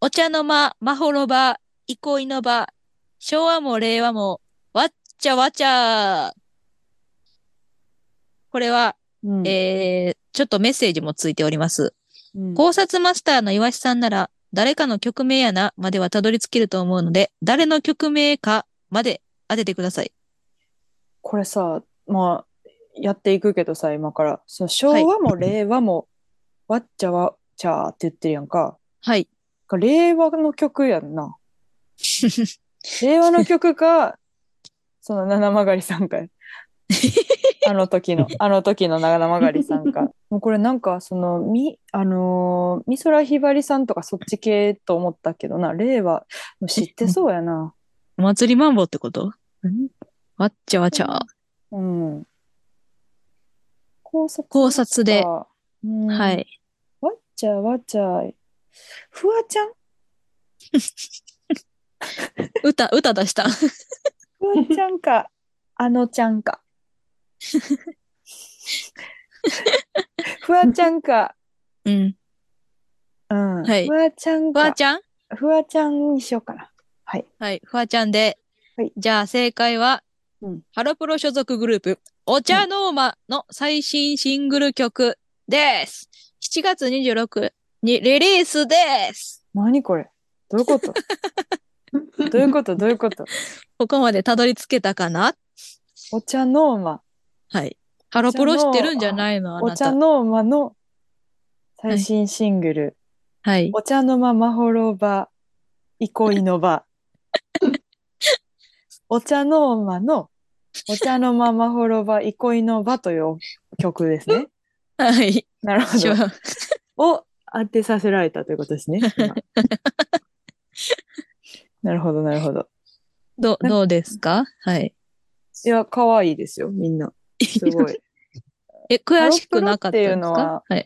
S2: お茶の間、まほろば、憩いの場、昭和も令和も、わっちゃわちゃ。これは、
S1: うん
S2: えー、ちょっとメッセージもついております。
S1: うん
S2: 考察マスターの岩井さんなら、誰かの曲名やなまではたどり着けると思うので、誰の曲名かまで当ててください。
S1: これさ、まあ、やっていくけどさ、今から。その昭和も令和も、わっちゃわっちゃーって言ってるやんか。
S2: はい。
S1: これ令和の曲やんな。令和の曲か、その七曲りさんか。あの時の、あの時の七曲りさんか。もうこれなんか、その、み、あのー美空ひばりさんとかそっち系と思ったけどな、令和、知ってそうやな。
S2: お祭りマンボウってことわっちゃわちゃ。
S1: うん。考察
S2: 考察で。
S1: かうん
S2: はい。
S1: わっちゃわちゃい。フワちゃん
S2: 歌、歌出した。
S1: フワちゃん
S2: *laughs*
S1: か、あのちゃんか。フワちゃんか、
S2: うん。
S1: うん。
S2: はい
S1: フワちゃん
S2: ふわ
S1: か、
S2: ちゃん
S1: フワちゃんにしようかな。はい。
S2: はい、ふわちゃんで。
S1: はい
S2: じゃあ正解は、
S1: うん
S2: ハロプロ所属グループ、お茶ノーマの最新シングル曲です。7月26にリリースです。
S1: 何これどういうこと
S2: *laughs*
S1: どういうことどういうこと
S2: ここまでたどり着けたかな
S1: お茶ノーマ、
S2: はい。ハロプロ知ってるんじゃないのあ
S1: お
S2: な
S1: 茶
S2: た。
S1: ノーマの最新シングル。
S2: はい。
S1: お茶の間まほろば、憩いの場。
S2: *laughs*
S1: お茶の間の、お茶の間まほろば、憩いの場という曲ですね。
S2: はい。
S1: なるほ
S2: しょ
S1: ど。を当てさせられたということですね。
S2: *laughs*
S1: 今なるほど、なるほど。
S2: ど、どうですかはい。
S1: いや、可愛いですよ、みんな。すごい。
S2: *laughs* え、悔しくなかったんですか
S1: ハロプロっていうのは
S2: はい。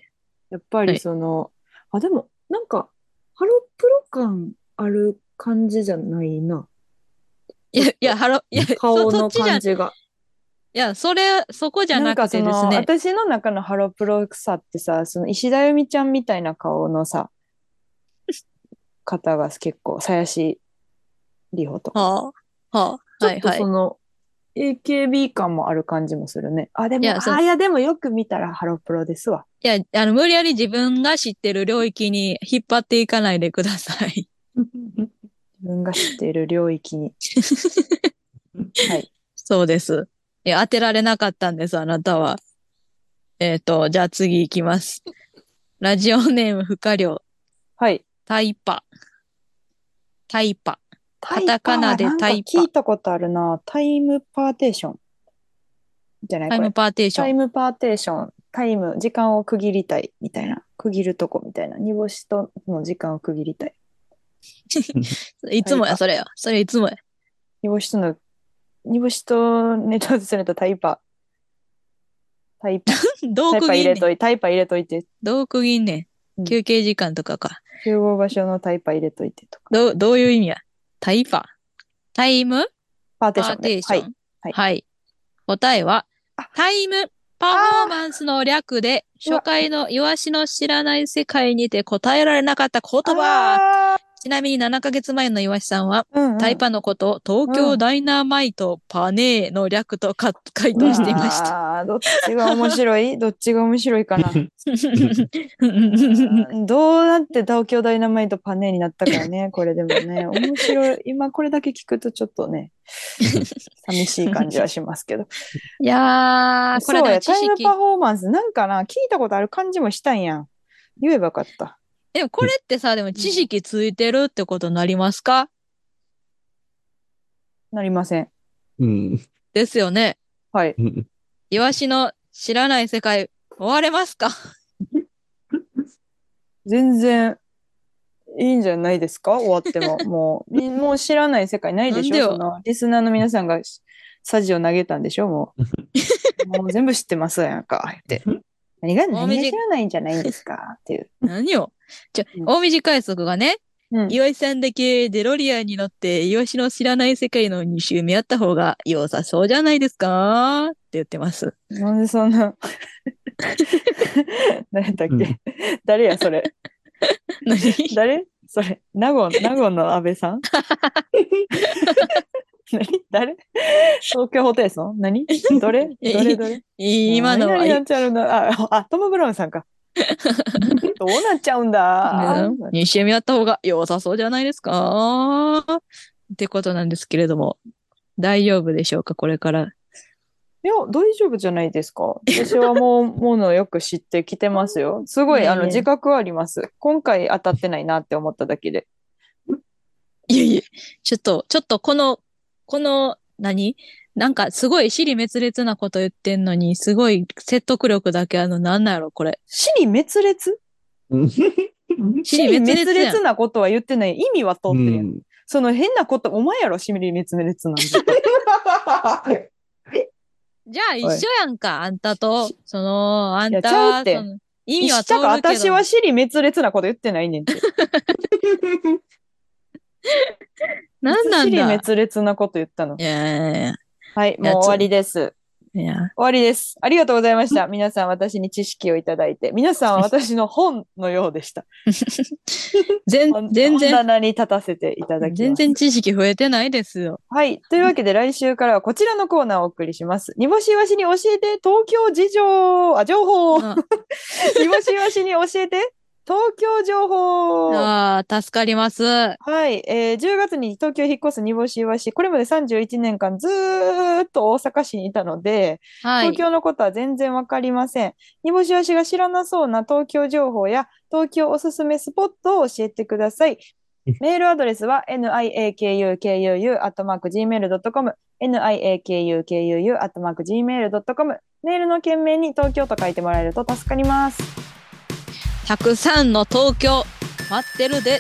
S1: やっぱ
S2: は
S1: り
S2: い
S1: その、あ、でも、なんか、ハロプロ感ある感じじゃないな。
S2: いや、いや、ハロ、いや、
S1: 顔
S2: そそ
S1: の
S2: っちじゃ、
S1: 感
S2: い
S1: じが。
S2: や、それ、そこじゃ
S1: な
S2: なん
S1: か
S2: く
S1: そ
S2: てで
S1: の
S2: すね。
S1: 私の中のハロプロさってさその石田由美ちゃんみたいな顔のさ方が結構鞘師里穂とか、
S2: はあ、はあ、はい、
S1: ちょっ
S2: は
S1: と
S2: い
S1: そ。の AKB 感もある感じもするねあでも
S2: いやそう
S1: あいやでもよく見たらハロプロですわ
S2: いや、あの、無理やり自分が知ってる領域に引っ張っていかないでください。 *laughs*
S1: 自分が知っている領域に *laughs* はい
S2: そうです。いや、当てられなかったんです、あなたは。えっ、と、じゃあ次行きます。ラジオネーム不可量、
S1: はい
S2: タイパ。タイパ。カタカナで
S1: タイパーは
S2: タイパ
S1: なんか聞いたことあるなタイムパーテーションじゃない
S2: タイ
S1: これ
S2: ムパーテーシ
S1: タ
S2: ョ
S1: イ
S2: ン。
S1: ムパーテーション、タイム、時間を区切りたいみたいな、区切るとこみたいな、煮干しとの時間を区切りたい。
S2: いつもや、
S1: タイパ
S2: それよ。それいつ
S1: *laughs*
S2: もや。
S1: 煮干しとの、煮干しとネタ合わせされたタイパ。タイパ、
S2: ど
S1: タ
S2: う
S1: イ
S2: 区
S1: パ入
S2: 切ん
S1: れ
S2: ねん。
S1: といて、タイパ入れといて、
S2: どう区切んね。
S1: うんん
S2: 休憩時間とかか。
S1: 集合場所のタイパ入れといてとか。
S2: どう、どういう意味やタイパ。タイム
S1: パーテ
S2: パ
S1: ーショ
S2: ー
S1: ン
S2: テ
S1: で。
S2: ーション。
S1: はい
S2: はい。答えは
S1: あ、
S2: タイムパフォーマンスの略で、初回のイワシの知らない世界にて答えられなかった言葉。
S1: あ
S2: ちなみに7ヶ月前のイワシさんは、
S1: ーうんうん
S2: タイパのこと、東京ダイナマイトパネーの略とか回答していました。
S1: あーどっちが面白い *laughs* どっちが面白いかな。どうなって東京ダイナマイトパネになったかね、 *laughs* これでもね。面白い。今これだけ聞くとちょっとね、寂しい感じはしますけど。
S2: *laughs* いやー、これ
S1: そう
S2: は
S1: や、
S2: 知
S1: タイム
S2: 識。
S1: パフォーマンス、なんかな、聞いたことある感じもしたんやん。言えばよかった。
S2: でもこれってさ、でも知識ついてるってことになりますか
S1: なりません。
S5: うん。
S2: ですよね。
S1: はい。
S5: うん
S2: イワシの知らない世界、終われますか
S1: 全然いいんじゃないですか終わって
S2: *laughs*
S1: も。もう、みもう知らない世界ないでし
S2: なんでよ
S1: ょそのリスナーの皆さんがしサジを投げたんでしょも
S2: *laughs*
S1: う。もう全部知ってますやんか。って。何が、
S2: も
S1: 何
S2: み
S1: が
S2: じ
S1: 知らないんじゃないんですかっていう。
S2: *laughs* 何をちょ
S1: う、ん
S2: 大短快速がね、
S1: うん
S2: イワシさんだけデロリアンに乗って、イワシの知らない世界の2周目やった方が良さそうじゃないですかって言ってます。 *laughs*
S1: なんでそんな。 *laughs* 誰だっけ、
S5: うん
S1: 誰やそれ
S2: 何
S1: 誰それ名護名護の安倍さん *laughs* 何誰東京ホテイソン何どれど
S2: いやい
S1: れ
S2: い
S1: どれ
S2: 今の
S1: 何
S2: は、
S1: 々なんちゃうんだああトム・ブラウンさ
S2: *laughs*
S1: んかどうなっちゃうんだ、
S2: 2周目やった方が良さそうじゃないですかってことなんですけれども、大丈夫でしょうかこれから。
S1: いや大丈夫じゃないですか私はもうものをよく知ってきてますよすごい
S2: いや
S1: あ
S2: いや
S1: の自覚はあります今回当たってないなって思っただけで
S2: いえいえ、ちょっと、ちょっとこの、この、何なんかすごい尻滅裂なこと言ってんのに、すごい説得力だけあるの、なんなんやろこれ。
S1: 死に滅裂
S5: うん
S1: 死に
S2: 尻
S1: 滅
S2: 滅
S1: 裂
S2: 裂やん
S1: なことは言ってない。意味は通ってるやん。その変なこと、お前やろ、死に滅裂なんだ。
S2: じゃあ一緒やんか、あんたと。その、あん
S1: いやちゃう
S2: た、
S1: って
S2: その *laughs* 意味は
S1: 一緒
S2: 通るけど
S1: か、私は死に滅裂なこと言ってないねん
S2: *laughs*
S1: て。
S2: なんなん
S1: 死に
S2: だ。
S1: 滅裂なこと言ったの
S2: い。やいやい
S1: はい、もう終わりです。
S2: やいや。
S1: 終わりです。ありがとうございました。皆さん、私に知識をいただいて。皆さんは私の本のようでした。
S2: 全
S1: 本
S2: 全
S1: 本
S2: 然、
S1: 棚に立たせていただきます。
S2: 全然知識増えてないですよ。
S1: はい。というわけで、来週からはこちらのコーナーをお送りします。煮干しわしに教えて、東京事情、あ、情報。
S2: あ
S1: 煮干しわしに教えて、東京情報。
S2: ああ、助かります。
S1: はい、えー10月に東京引っ越す煮干しわし、これまで31年間ずーっと大阪市にいたので、
S2: はい
S1: 東。京のことは全然わかりません。煮干しわしが知らなそうな東京情報や東京おすすめスポットを教えてくだ
S2: *laughs*
S1: さい。メールアドレスは niakukuu.gmail.com niakukuu.gmail.com メールの件名に東京と書いてもらえると助かります。
S2: たくさんの東京、待ってるで。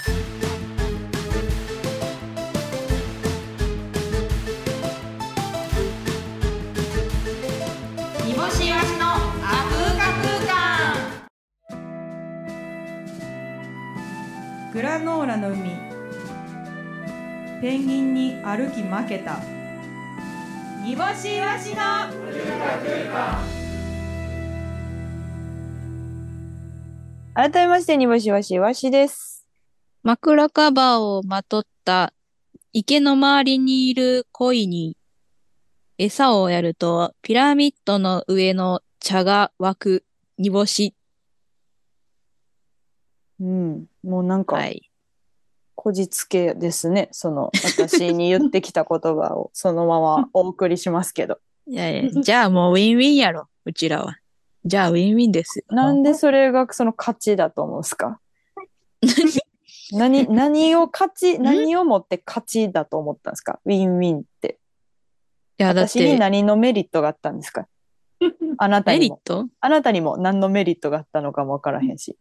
S3: 煮干しわしのあくーか空間
S4: グラノーラの海ペンギンに歩き負けた煮干しわしの
S1: 改めまして煮干しわしわしです。
S2: 枕カバーをまとった池の周りにいる鯉に餌をやるとピラミッドの上の茶が湧く煮干し。
S1: うん、もうなんか、
S2: はい。
S1: こじつけですね。その、私に言ってきた言葉をそのままお送りしますけど。
S2: いやいやじゃあもうウィンウィンやろ、うちらは。じゃあウィンウィンですよ。 *laughs*
S1: なんでそれがその価値だと思うんですか何何を価値、何をもって価値だと思ったんですかウィンウィンって。
S2: いやだっ
S1: 私に
S2: て、
S1: 何のメリットがあったん
S2: *laughs*
S1: ですかあなた
S2: メ
S1: に
S2: リッ
S1: も。
S2: ト
S1: あなたにも何のメリットがあったのかもわからへんし。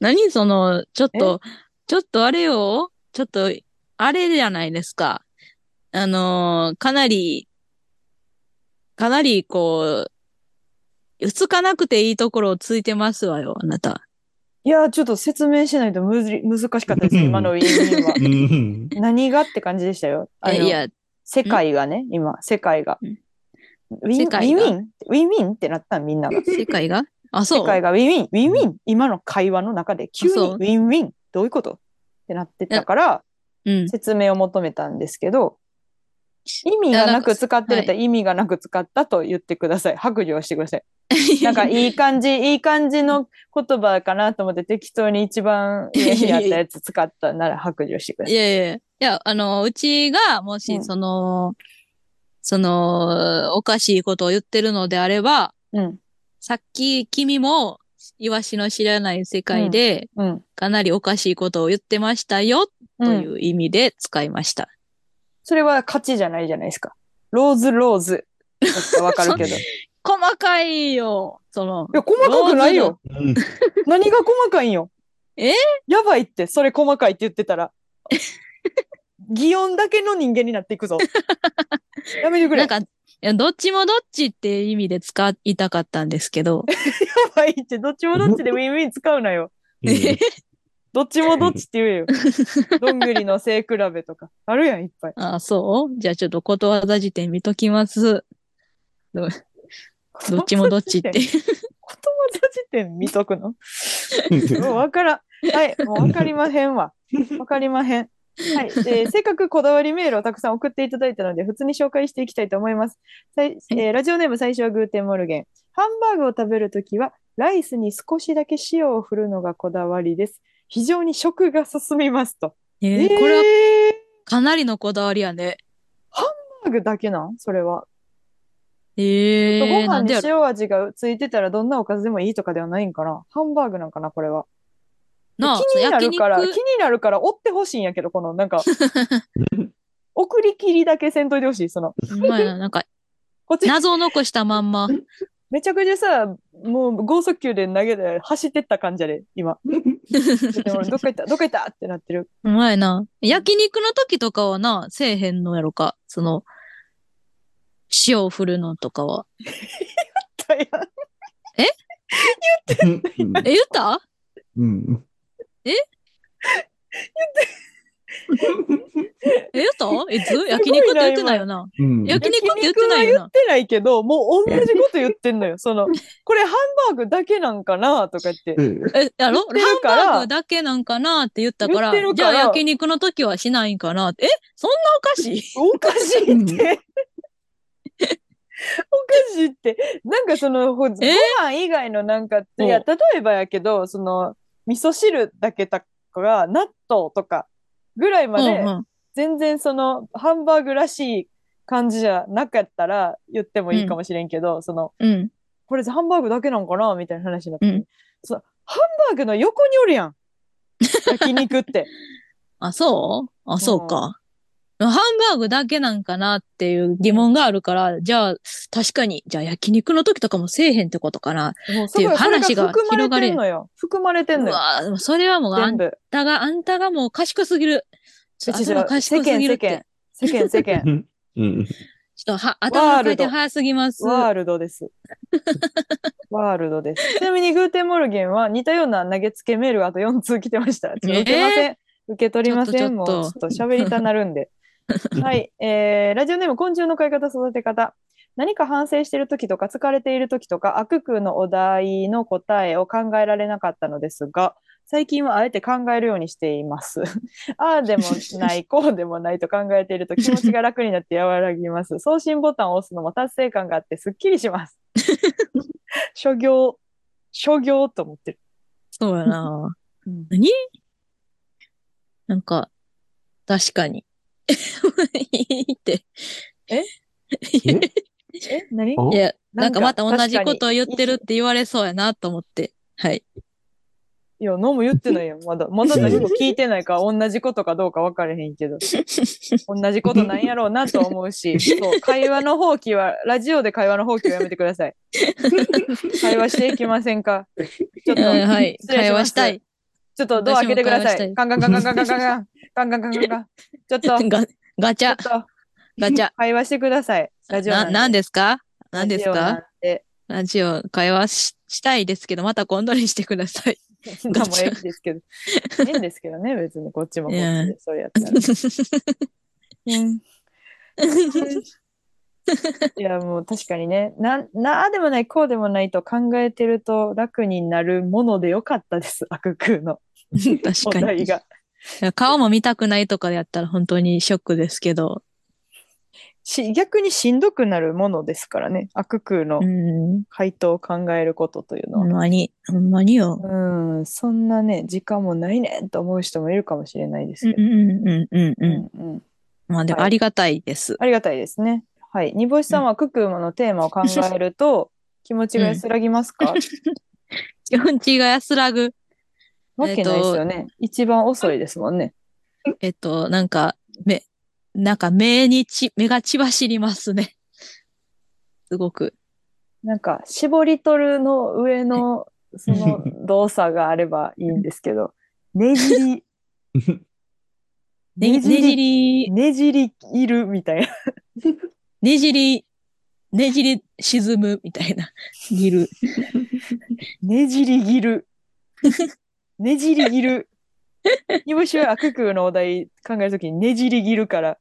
S2: 何その、ちょっと、ちょっとあれよ、ちょっと、あれじゃないですか。あのーかなり、かなり、こう、うつかなくていいところをついてますわよ、あなた。
S1: いやー、ちょっと説明しないとむずり難しかったです、今のウィンウィンは。
S5: うん
S1: 何がって感じでしたよ。あの
S2: いや、
S1: 世界がね、今、世界が。ウィン
S2: 世
S1: ウ
S2: 界が
S1: ィンウィンウィンってなったみんなが。
S2: 世界があ、そう。
S1: 世界がウィンウィン、ウィンウィン、今の会話の中で急に
S2: そう
S1: ウィンウィン、どういうことってなってたから、
S2: うん。
S1: 説明を求めたんですけど、意味がなく使ってると
S2: は
S1: 意味がなく使ったと言ってください。白状してくだ
S2: *laughs*
S1: さい。なんかいい感じ、いい感じの言葉かなと思って適当に一番上にあったやつ使ったなら白状してくださ
S2: い
S1: い。
S2: やいやいや。いや、あの、うちが、も
S1: う
S2: し、
S1: ん
S2: その、その、おかしいことを言ってるのであれば、
S1: うん。
S2: さっき君も、イワシの知らない世界で、
S1: うん。
S2: かなりおかしいことを言ってましたよ、と
S1: うん
S2: いう意味で使いました。
S1: それは勝ちじゃないじゃないですか。ローズロー
S2: *laughs*
S1: ズ。だったらわかるけど。い
S2: 細かいよ、その、
S1: や、細かくないよ。
S5: うん
S1: 何が細かいんよ。
S2: え
S1: やばいって、それ細かいって言ってた
S2: *laughs*
S1: ら。擬音だけの人間になっていく
S2: *laughs*
S1: ぞ。やめてくれ。や
S2: なんか、いやどっちもどっちっていう意味で使いたかったんですけど、
S1: ばいって、どっちもどっちでウィンウィン使うなよ。
S5: うん
S1: どっちもどっちって言
S2: *laughs*
S1: えよ。どんぐりの背比べとか。あるやん、いっぱい。
S2: あ、そうじゃあちょっとことわざ辞典見ときます。どっちもどっち
S1: *laughs*
S2: って。
S1: ことわざ辞典見とくのもうわからん。はい、もうわかりまへん
S2: *laughs*
S1: わ。わかりまへん。はい、えーせっかくこだわりメールをたくさん送っていただいたので、普通に紹介していきたいと思います。さいえーラジオネーム最初はグーテンモルゲン。ハンバーグを食べるときは、ライスに少しだけ塩を振るのがこだわりです。非常に食が進みますと。
S2: え
S1: え
S2: ーこれは
S1: ー
S2: かなりのこだわりやね。
S1: ハンバーグだけなんそれは。
S2: え
S1: ご
S2: えー、な
S1: 飯
S2: んで
S1: に
S2: やろ
S1: 塩味がついてたらどんなおかずでもいいとかではないんかなハンバーグなんかなこれは。
S2: なあ
S1: 気になるから、気
S2: 焼
S1: に
S2: 肉
S1: なるから追ってほしいんやけど、このなん
S2: *laughs*
S1: か、送り切りだけせんといてほしい。その、
S2: ほんまや
S1: *laughs*
S2: ななんか、
S1: こっち、
S2: 謎を残したまんま。
S1: めちゃくちゃさ、もう剛速球で投げて走ってった感じやで、今。でも俺どっか行った、どっか行ったってなってる。
S2: うまいな。焼肉の時とかはな、せえへんのやろか。その、塩を振るのとかは。
S1: 大
S2: え、言った
S5: うん
S2: え、言った
S1: *laughs*
S2: え、ず焼肉って言ってないよな。
S5: うん
S2: 焼肉って言っ
S1: 肉
S2: て
S1: は
S2: ない
S1: 言
S2: よ
S1: っ
S2: な。
S1: てないけど、もう同じこと言ってんのよ。そ
S2: *laughs*
S1: の、これハンバーグだけなんかなとか言って。
S2: え、やろ
S1: 言ってるから
S2: ハンバーグだけなんかなって言ったから、
S1: 言ってる
S2: じ
S1: か
S2: ゃ
S1: ら
S2: あ焼肉の時はしないんかなって。え、そんなおかしい
S1: おかしいって。おかしいって。なんかその、ほご
S2: え
S1: 飯以外のなんかって、いや、
S5: うん
S1: 例えばやけど、その、味噌汁だけとか、納豆とかぐらいまで
S2: うん、うん
S1: 全然その、ハンバーグらしい感じじゃなかったら言ってもいいかもしれんけど、その、
S2: うん。
S1: これハンバーグだけなんかなみたいな話になって、
S2: うん
S1: そのハンバーグの横におるやん。焼肉
S2: *laughs*
S1: って。
S2: あ、そうあ、そうか。ハンバーグだけなんかなっていう疑問があるから、じゃあ、確かに、じゃあ焼肉の時とかもせえへんってことかな。
S1: もうすご
S2: ってい
S1: いう
S2: 話
S1: それ
S2: が
S1: 含まれ
S2: 広がる
S1: て
S2: や
S1: ん
S2: ん
S1: のよ。含まれてん
S2: う
S1: のよ。
S2: わそれはもうあ
S1: 全
S2: ん
S1: 部。
S2: たが、あんたがもう賢すぎる。ちょっと
S1: 違う違う
S2: 頭賢すぎるって。
S1: 世間世間。
S5: *laughs* うん
S2: ちょっとは頭の回転
S1: ワールド
S2: 早すぎます。
S1: ワールドです。ワールドです。ちなみにグーテンモルゲンは似たような投げつけメールがあと4通来てました。ちょっと受けません。受け取りません
S2: ちょっと
S1: もう
S2: ち
S1: ちょっ
S2: ょっと
S1: と喋りたなるん
S2: *laughs*
S1: で。はい、えー、ラジオネーム昆虫の飼い方育て方。何か反省している時とか疲れている時とか悪空のお題の答えを考えられなかったのですが最近はあえて考えるようにしています。 *laughs* ああでもない、こうでもないと考えていると気持ちが楽になって和らぎます。送信ボタンを押すのも達成感があってすっきりし
S2: *laughs*
S1: ます。諸行、諸行と思ってる。
S2: そうやな。
S1: うん
S2: 何なんか、確かに。 *laughs* いいって。
S1: え
S2: い
S1: え何
S5: お
S2: や、なんかまた同
S1: 確
S2: じ
S1: か
S2: こ
S1: に
S2: とを言ってるって言われそうやなと思って。はい。
S1: いや、何も言ってないよ。まだ、まだ何も聞いてない
S2: *laughs*
S1: から、同じことかどうか分かれへんけど。同じことなんやろうなと思う
S2: *laughs*
S1: し、そう、会話の放棄は、ラジオで会話の放棄はやめてくだ
S2: *laughs*
S1: さい。会話していきませんかちょっと、
S2: うんはい。
S1: 失礼
S2: 会
S1: しま
S2: 話
S1: す
S2: したい。
S1: ちょっとドア開けてくださ
S2: 私も会話した
S1: い。
S2: い
S1: カンカンカンカンカンカンカン。カンカンカンカンカン。ちょっ
S2: *laughs*
S1: と、ち
S2: ガガチ
S1: ょっ
S2: ャ、
S1: と、
S2: ガチャ。
S1: 会話してください。ラジオ
S2: な、何
S1: で
S2: ですか何です
S1: ラジオなん
S2: か *laughs*
S1: で
S2: ラジオ、会話ししたいですけど、また今度にしてく
S1: *laughs*
S2: ださい。
S1: 何もええんです
S2: *laughs*
S1: けど。ええんですけどね、別にこっちもこっち
S2: いや
S1: で、それやったら。うん *laughs* いやもう確かにねなんなあでもないこうでもないと考えてると楽になるものでよかったです悪空のお
S2: 確か
S1: 題
S2: に。い
S1: が
S2: や顔も見たくないとかやったら本当にショックですけど。
S1: し逆にしんどくなるものですからね悪空の
S2: うん。
S1: 回答を考えることというの
S2: ほん
S1: は、
S2: まに、ほんまによ。
S1: うんそんなね時間もないねんと思う人もいるかもしれないです
S2: うん
S1: けど、
S2: うんうんうん
S1: うん
S2: う
S1: うん
S2: ん。まあでも
S1: はい
S2: ありがたいです。
S1: ありがたいですねはい煮干しさんはククーマのテーマを考える
S2: *laughs*
S1: と気持ちが安らぎますか、
S2: 基本気が安らぐ。
S1: わけないですよね、一番遅いですもんね
S2: えっと、なんか、目、なんか目にち、目が血走りますね。すごく。
S1: なんか絞り取るの上
S2: *laughs*
S1: のその動作があればいいんですけど、ねじ
S2: *laughs*
S1: り、
S2: ねねじ、り、
S1: ねじりいるみたいな。
S2: ねじり、ねじり沈むみたい
S1: *laughs*
S2: な。いる。
S1: ねじりぎる。ねじりぎる。煮干しは悪空のお題考えるときにねじりぎるから。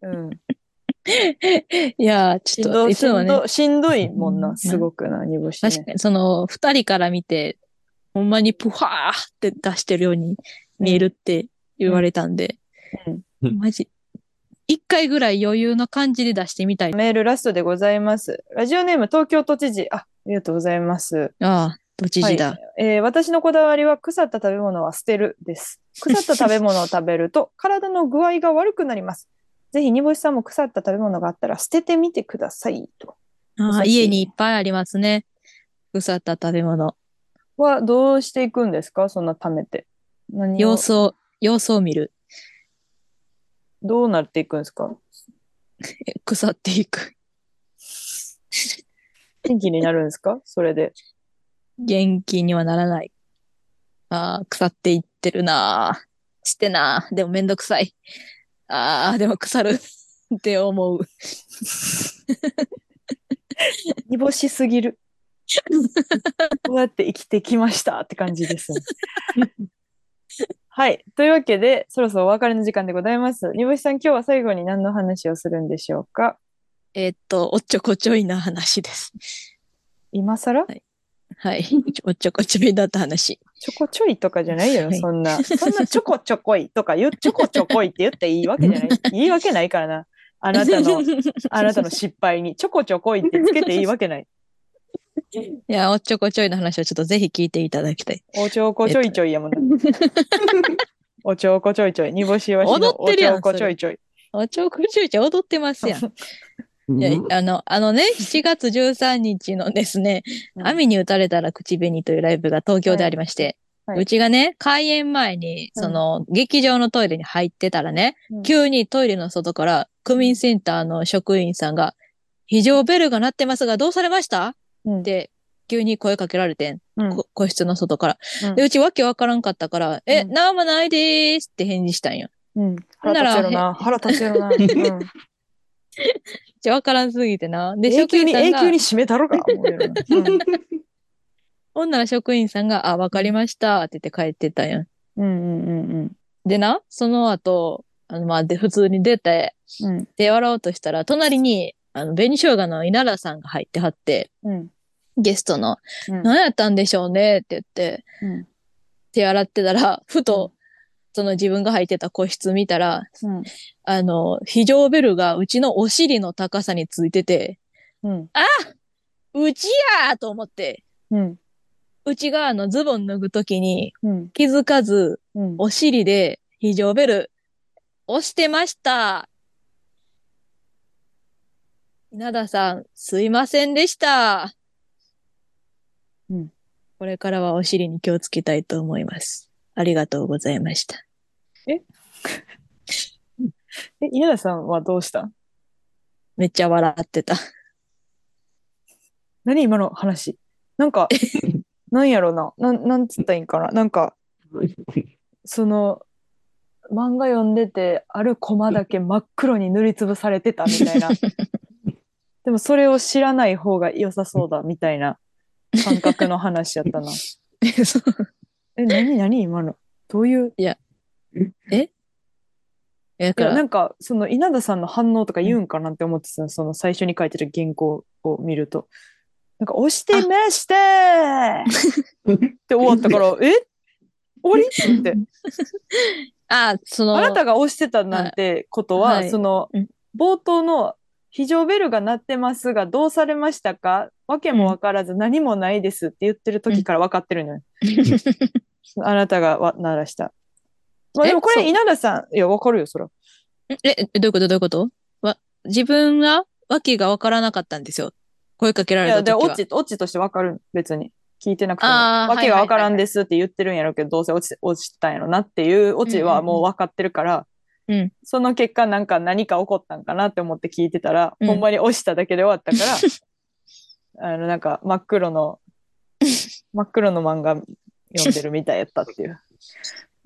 S1: うん、
S2: いやー、
S1: し
S2: *laughs* ち
S1: ん
S2: ょっと、
S1: ど
S2: いつも
S1: しん
S2: ね、
S1: どしんどいもん
S2: う
S1: な、
S2: ん
S1: すごくな、煮干し、ね。
S2: 確かにその、二人から見て、ほんまにプハーって出してるように見えるって言われたんで、
S1: うん
S5: うん
S2: マジ、一回ぐらい余裕の感じで出してみたい。
S1: メールラストでございます。ラジオネーム東京都知事。あ、ありがとうございます。
S2: ああ、都知事だ。
S1: はいえー私のこだわりは腐った食べ物は捨てるです。腐った食べ物を食べる
S2: *laughs*
S1: と体の具合が悪くなります。ぜひ煮干しさんも腐った食べ物があったら捨ててみてくださいと。
S2: あ
S1: 優
S2: あ
S1: しい
S2: 家にいっぱいありますね。腐った食べ物。
S1: はどうしていくんですかそんな貯めて。何を
S2: 様子を、様子を見る。
S1: どうなっていくんですか
S2: え腐っていく。
S1: 元気になるんですかそれで。
S2: 元気にはならない。ああ、腐っていってるなあ。してなあ。でもめんどくさい。ああ、でも腐る *laughs* って思う。 *laughs*
S1: 煮干しすぎ
S2: *laughs*
S1: る。こうやって生きてきましたって感じですね。はい。というわけで、そろそろお別れの時間でございます。煮干しさん、今日は最後に何の話をするんでしょうか
S2: えーっと、おっちょこちょいな話です。
S1: 今更
S2: はい。おっちょこちょいだった話。
S1: ちょこちょいとかじゃないよ、
S2: はい
S1: そんな。そんなちょこちょこいとか言う、ちょこちょこいって言っていいわけじゃない。いいわけないからな。あ
S2: あ、
S1: なた *laughs* の
S2: い
S1: あなたの失敗に、ちょこちょこいってつけていいわけない。
S2: や、おっちょこちょいの話をちょっとぜひ聞いていただきたい。
S1: おちょこちょいちょいやもんな。おちょこちょいちょい。煮干しはしの
S2: 踊ってるやん
S1: おちょこちょいちょい。
S2: おっちょこちょいちょい踊ってますやん。いや、あの、あのね、7月13日のですね、
S1: うん
S2: 雨に打たれたら口紅というライブが東京でありまして、
S1: はいはいう
S2: ちがね、開演前に、
S1: うん
S2: その、劇場のトイレに入ってたらね、
S1: うん
S2: 急にトイレの外から、区民センターの職員さんが、非常ベルが鳴ってますが、どうされました
S1: うん
S2: って、急に声かけられてん、
S1: うん
S2: こ個室の外から。
S1: うん
S2: で、うちわけわからんかったから、え、
S1: うん
S2: なんもないでーすって返事したんよ。
S1: うん。腹立つやろな。腹立つやろな。うん
S2: うちわからんすぎてな。で、
S1: 永
S2: 職
S1: 久
S2: 員
S1: に、
S2: さん
S1: 永
S2: が
S1: 久に締めたろか。思うやろな
S2: ほんなら職員さんが、あ、わかりましたって言って帰ってったんやん。
S1: うんうんうん
S2: でな、その後、あの、まあ、で、普通に出て、
S1: うん。うん
S2: で、笑おうとしたら、隣に、あの、紅生姜の稲田さんが入ってはって、
S1: うん
S2: ゲストの、
S1: うん
S2: 何やったんでしょうねって言って、
S1: うん
S2: 手洗ってたら、ふ
S1: う
S2: と、その自分が入ってた個室見たら、
S1: うん
S2: あの、非常ベルがうちのお尻の高さについてて、
S1: うん
S2: うちやーと思って、
S1: うん
S2: うちがあの、ズボン脱ぐときに
S1: うん
S2: 気づかず、
S1: うん。
S2: お尻で非常ベル押してました。稲田さん、すいませんでした。
S1: うん
S2: これからはお尻に気をつけたいと思います。ありがとうございました。
S1: え、稲田さんはどうしたん
S2: めっちゃ笑ってた。
S1: 何今の話なんか *laughs* なんやろななんなんつったらいいんかななんかその漫画読んでてあるコマだけ真っ黒に塗りつぶされてたみた *laughs*
S2: *laughs*
S1: いなでもそれを知らない方が良さそうだみたいな感覚の話や *laughs* ったな
S2: そう
S1: え何何今のどういう
S2: えやだ
S1: い
S2: か
S1: や、な
S2: ら、
S1: んか、その稲田さんの反応とか言うんかなって思ってた、その最初に書いてる原稿を見ると。なんか、押してましてって終わった *laughs* から、え終わりって。
S2: あ、その、
S1: あなたが押してたなんてことは、
S2: はい
S1: その
S2: うん
S1: 冒頭の非常ベルが鳴ってますがどうされましたかわけもわからず何もないですって言ってる時から分かってる
S2: *laughs*
S1: のよ。あなたがわ鳴らした。まあ、
S2: え
S1: でもこ
S2: そう
S1: れ稲田さんいやわかるよそら。
S2: え、えどういうことどういうことわ、自分が訳がわからなかったんですよ。声かけら
S1: い
S2: れ
S1: や
S2: た時
S1: で
S2: は。
S1: オチオチとしてわかる別に聞いてなくても
S2: あー
S1: わけがわから
S2: はいはいはいは
S1: ん
S2: い
S1: ですって言ってるんやろうけどどうせ落ち落ちたんやろなっていうオチはもう分かってるから、
S2: うんうんうん
S1: その結果なんか何か起こったんかなって思って聞いてたら、
S2: うん
S1: ほんまに押しただけで終わった
S2: *laughs*
S1: からあのなんか真っ黒の真っ黒の漫画読んでるみたいやったってい
S2: *laughs*
S1: う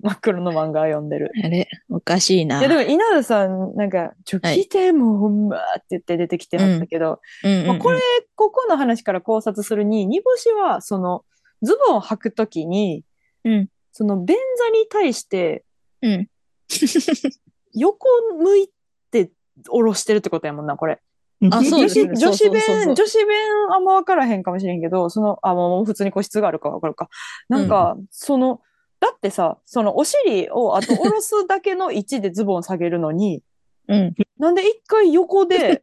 S1: 真っ黒の漫画読んでる
S2: あれ、おかしいな。
S1: いやでも稲田さんなんか「ちょ
S2: はい
S1: 聞いてもうほんま」って言って出てきてはったけど、
S2: うんうんうん
S1: まあこれ、ここの話から考察するに、煮干しは、その、ズボンを履くときに、
S2: うん
S1: その、便座に対して、
S2: うん。
S1: 横向いて下ろしてるってことやもんな、これ。
S2: あ、そう
S1: 女
S2: です
S1: 子、
S2: ね。
S1: 女子
S2: そうそうそうそう
S1: 弁、女子弁あんま分からへんかもしれんけど、その、あ、もう普通に個室があるか分かるか。なんか、その、だってさ、その、お尻を、あと、下ろすだけの位置でズボン下げるのに、
S2: うん。
S1: なんで一回横
S2: *laughs*
S1: で、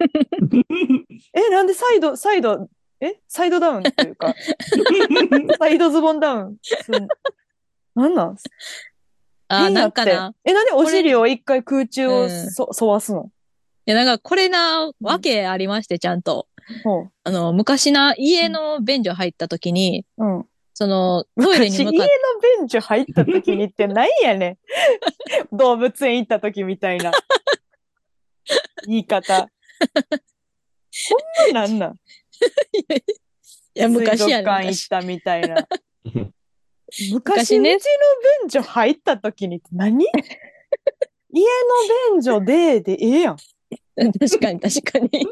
S1: え、なんでサイド、サイド、えサイドダウンっていうか、サイドズボンダウンすん。なんなん
S2: あ、
S1: 変や
S2: なん
S1: って
S2: かな。
S1: え、なんでお尻を一回空中
S2: う
S1: を
S2: ん
S1: そ、沿わすの
S2: いや、なんかこれな、わけありまして、ちゃんと。
S1: ほう。
S2: あの、昔な、家の便所入った時に、
S1: うん。
S2: その、トイレ
S1: 昔家
S2: に向
S1: の
S2: かって、
S1: ベンチ入った時にってないやねん。動物園行った時みたいな。言い方。こんななんなん
S2: いや、昔
S1: 水
S2: や
S1: 族館行っ
S2: 昔
S1: たみたいな。昔
S2: 昔
S1: ね、
S2: ね
S1: うちの便所入った時にって何家の便所ででええやん。
S2: 確かに、 *laughs* 確かに。い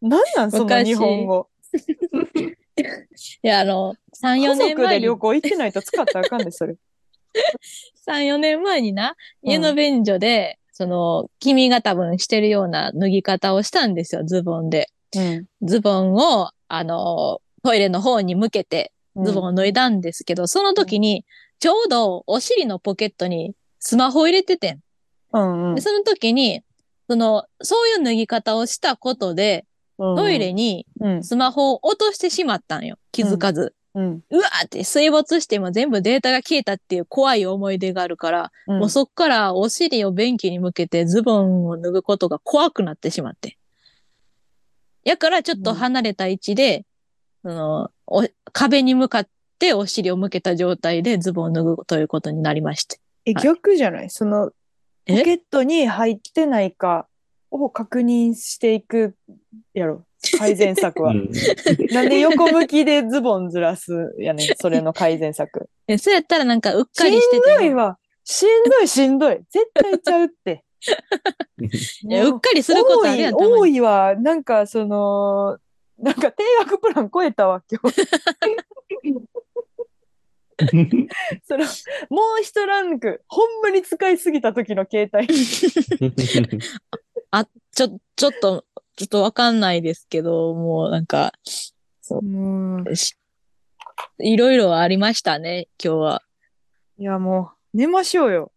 S1: なんなんその日本語。
S2: や、あの、3、4
S1: 家
S2: 年
S1: 族で
S2: 前に、
S1: 旅
S2: 3、
S1: 行行ってないと使ったらあかんで、
S2: *laughs*
S1: それ。
S2: 4年前にな、
S1: うん
S2: 家の便所で、その、君が多分してるような脱ぎ方をしたんですよ、ズボンで。ズボンを、あの、トイレの方に向けて、ズボ
S1: ン。
S2: ンを脱いだんですけど、その時に、ちょうどお尻のポケットにスマホ入れててん。
S1: うんうん
S2: で、その時に、その、そういう脱ぎ方をしたことで、トイレに
S1: うん
S2: スマホを落としてしまったんよ。気づかず。
S1: うん
S2: うわーって水没しても全部データが消えたっていう怖い思い出があるから、
S1: うん
S2: もうそっからお尻を便器に向けてズボンを脱ぐことが怖くなってしまって。やからちょっと離れた位置で、そのお壁に向かってお尻を向けた状態でズボンを脱ぐということになりまして。
S1: え、逆じゃないその、ポ
S2: え
S1: ケットに入ってないかを確認していくや
S2: *laughs*
S1: ろ。改善策は。なんで横向きでズボンずらすや
S2: *laughs*
S1: ねん、それの改善策。
S2: えそうやったらなんかうっか
S1: しん
S2: りして
S1: どい
S2: ても。
S1: わ。しんどい、しんどい。絶対ちゃうって。
S2: いやうっかりすることあるやん、たま
S1: 多
S2: に。
S1: い多いはなんかそのなんか定額プラン超えたわ今日それもう一ランクほんまに使いすぎた時の携帯
S2: ちょ、ちょっと、ちょっとわかんないですけど、もうなんか、
S1: うん
S2: しいろいろありましたね、今日は。
S1: いやもう寝ましょうよ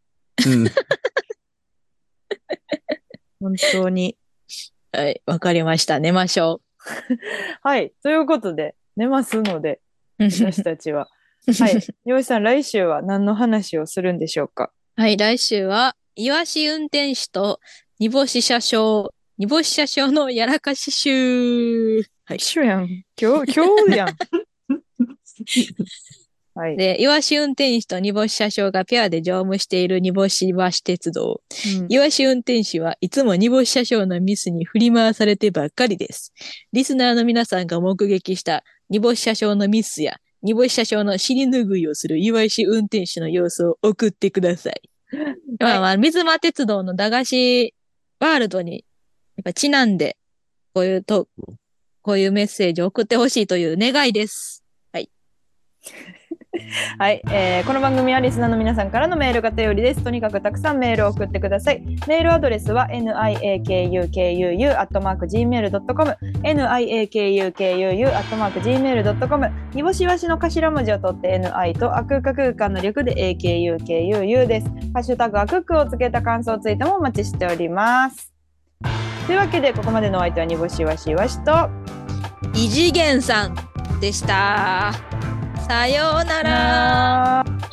S1: 本当に
S2: はい、わかりました。寝まし *laughs* ょ
S1: はいということで寝ますので
S2: う。
S1: 私たちははい洋一さん来週は何の話をするんでしょうか
S2: はい、来週は、イワシ運転手と煮干し車掌、煮干し車掌のやらかし集はい
S1: 一緒やん今日今日やん *laughs* はい、
S2: で、イワシ運転手と煮干し車掌がペアで乗務している煮干し橋鉄道。
S1: うん
S2: イワシ運転手はいつも煮干し車掌のミスに振り回されてばっかりです。リスナーの皆さんが目撃した煮干し車掌のミスや、煮干し車掌の尻拭いをするイワシ運転手の様子を送ってください。まあまあ、水間鉄道の駄菓子ワールドに、やっぱちなんで、こういうと、こういうメッセージを送ってほしいという願いです。
S1: はい、えーこの番組はリスナーの皆さんからのメールが頼りです。とにかくたくさんメールを送ってください。メールアドレスは niakukuu.gmail.com niakukuu.gmail.com 煮干しわしの頭文字を取って ni とあくか空間の略で akukuu です。ハッシュタグあくくをつけた感想ツイートもお待ちしております。というわけでここまでのお相手は煮干しわしわしと
S2: 異次元さんでした。さようなら。
S1: ら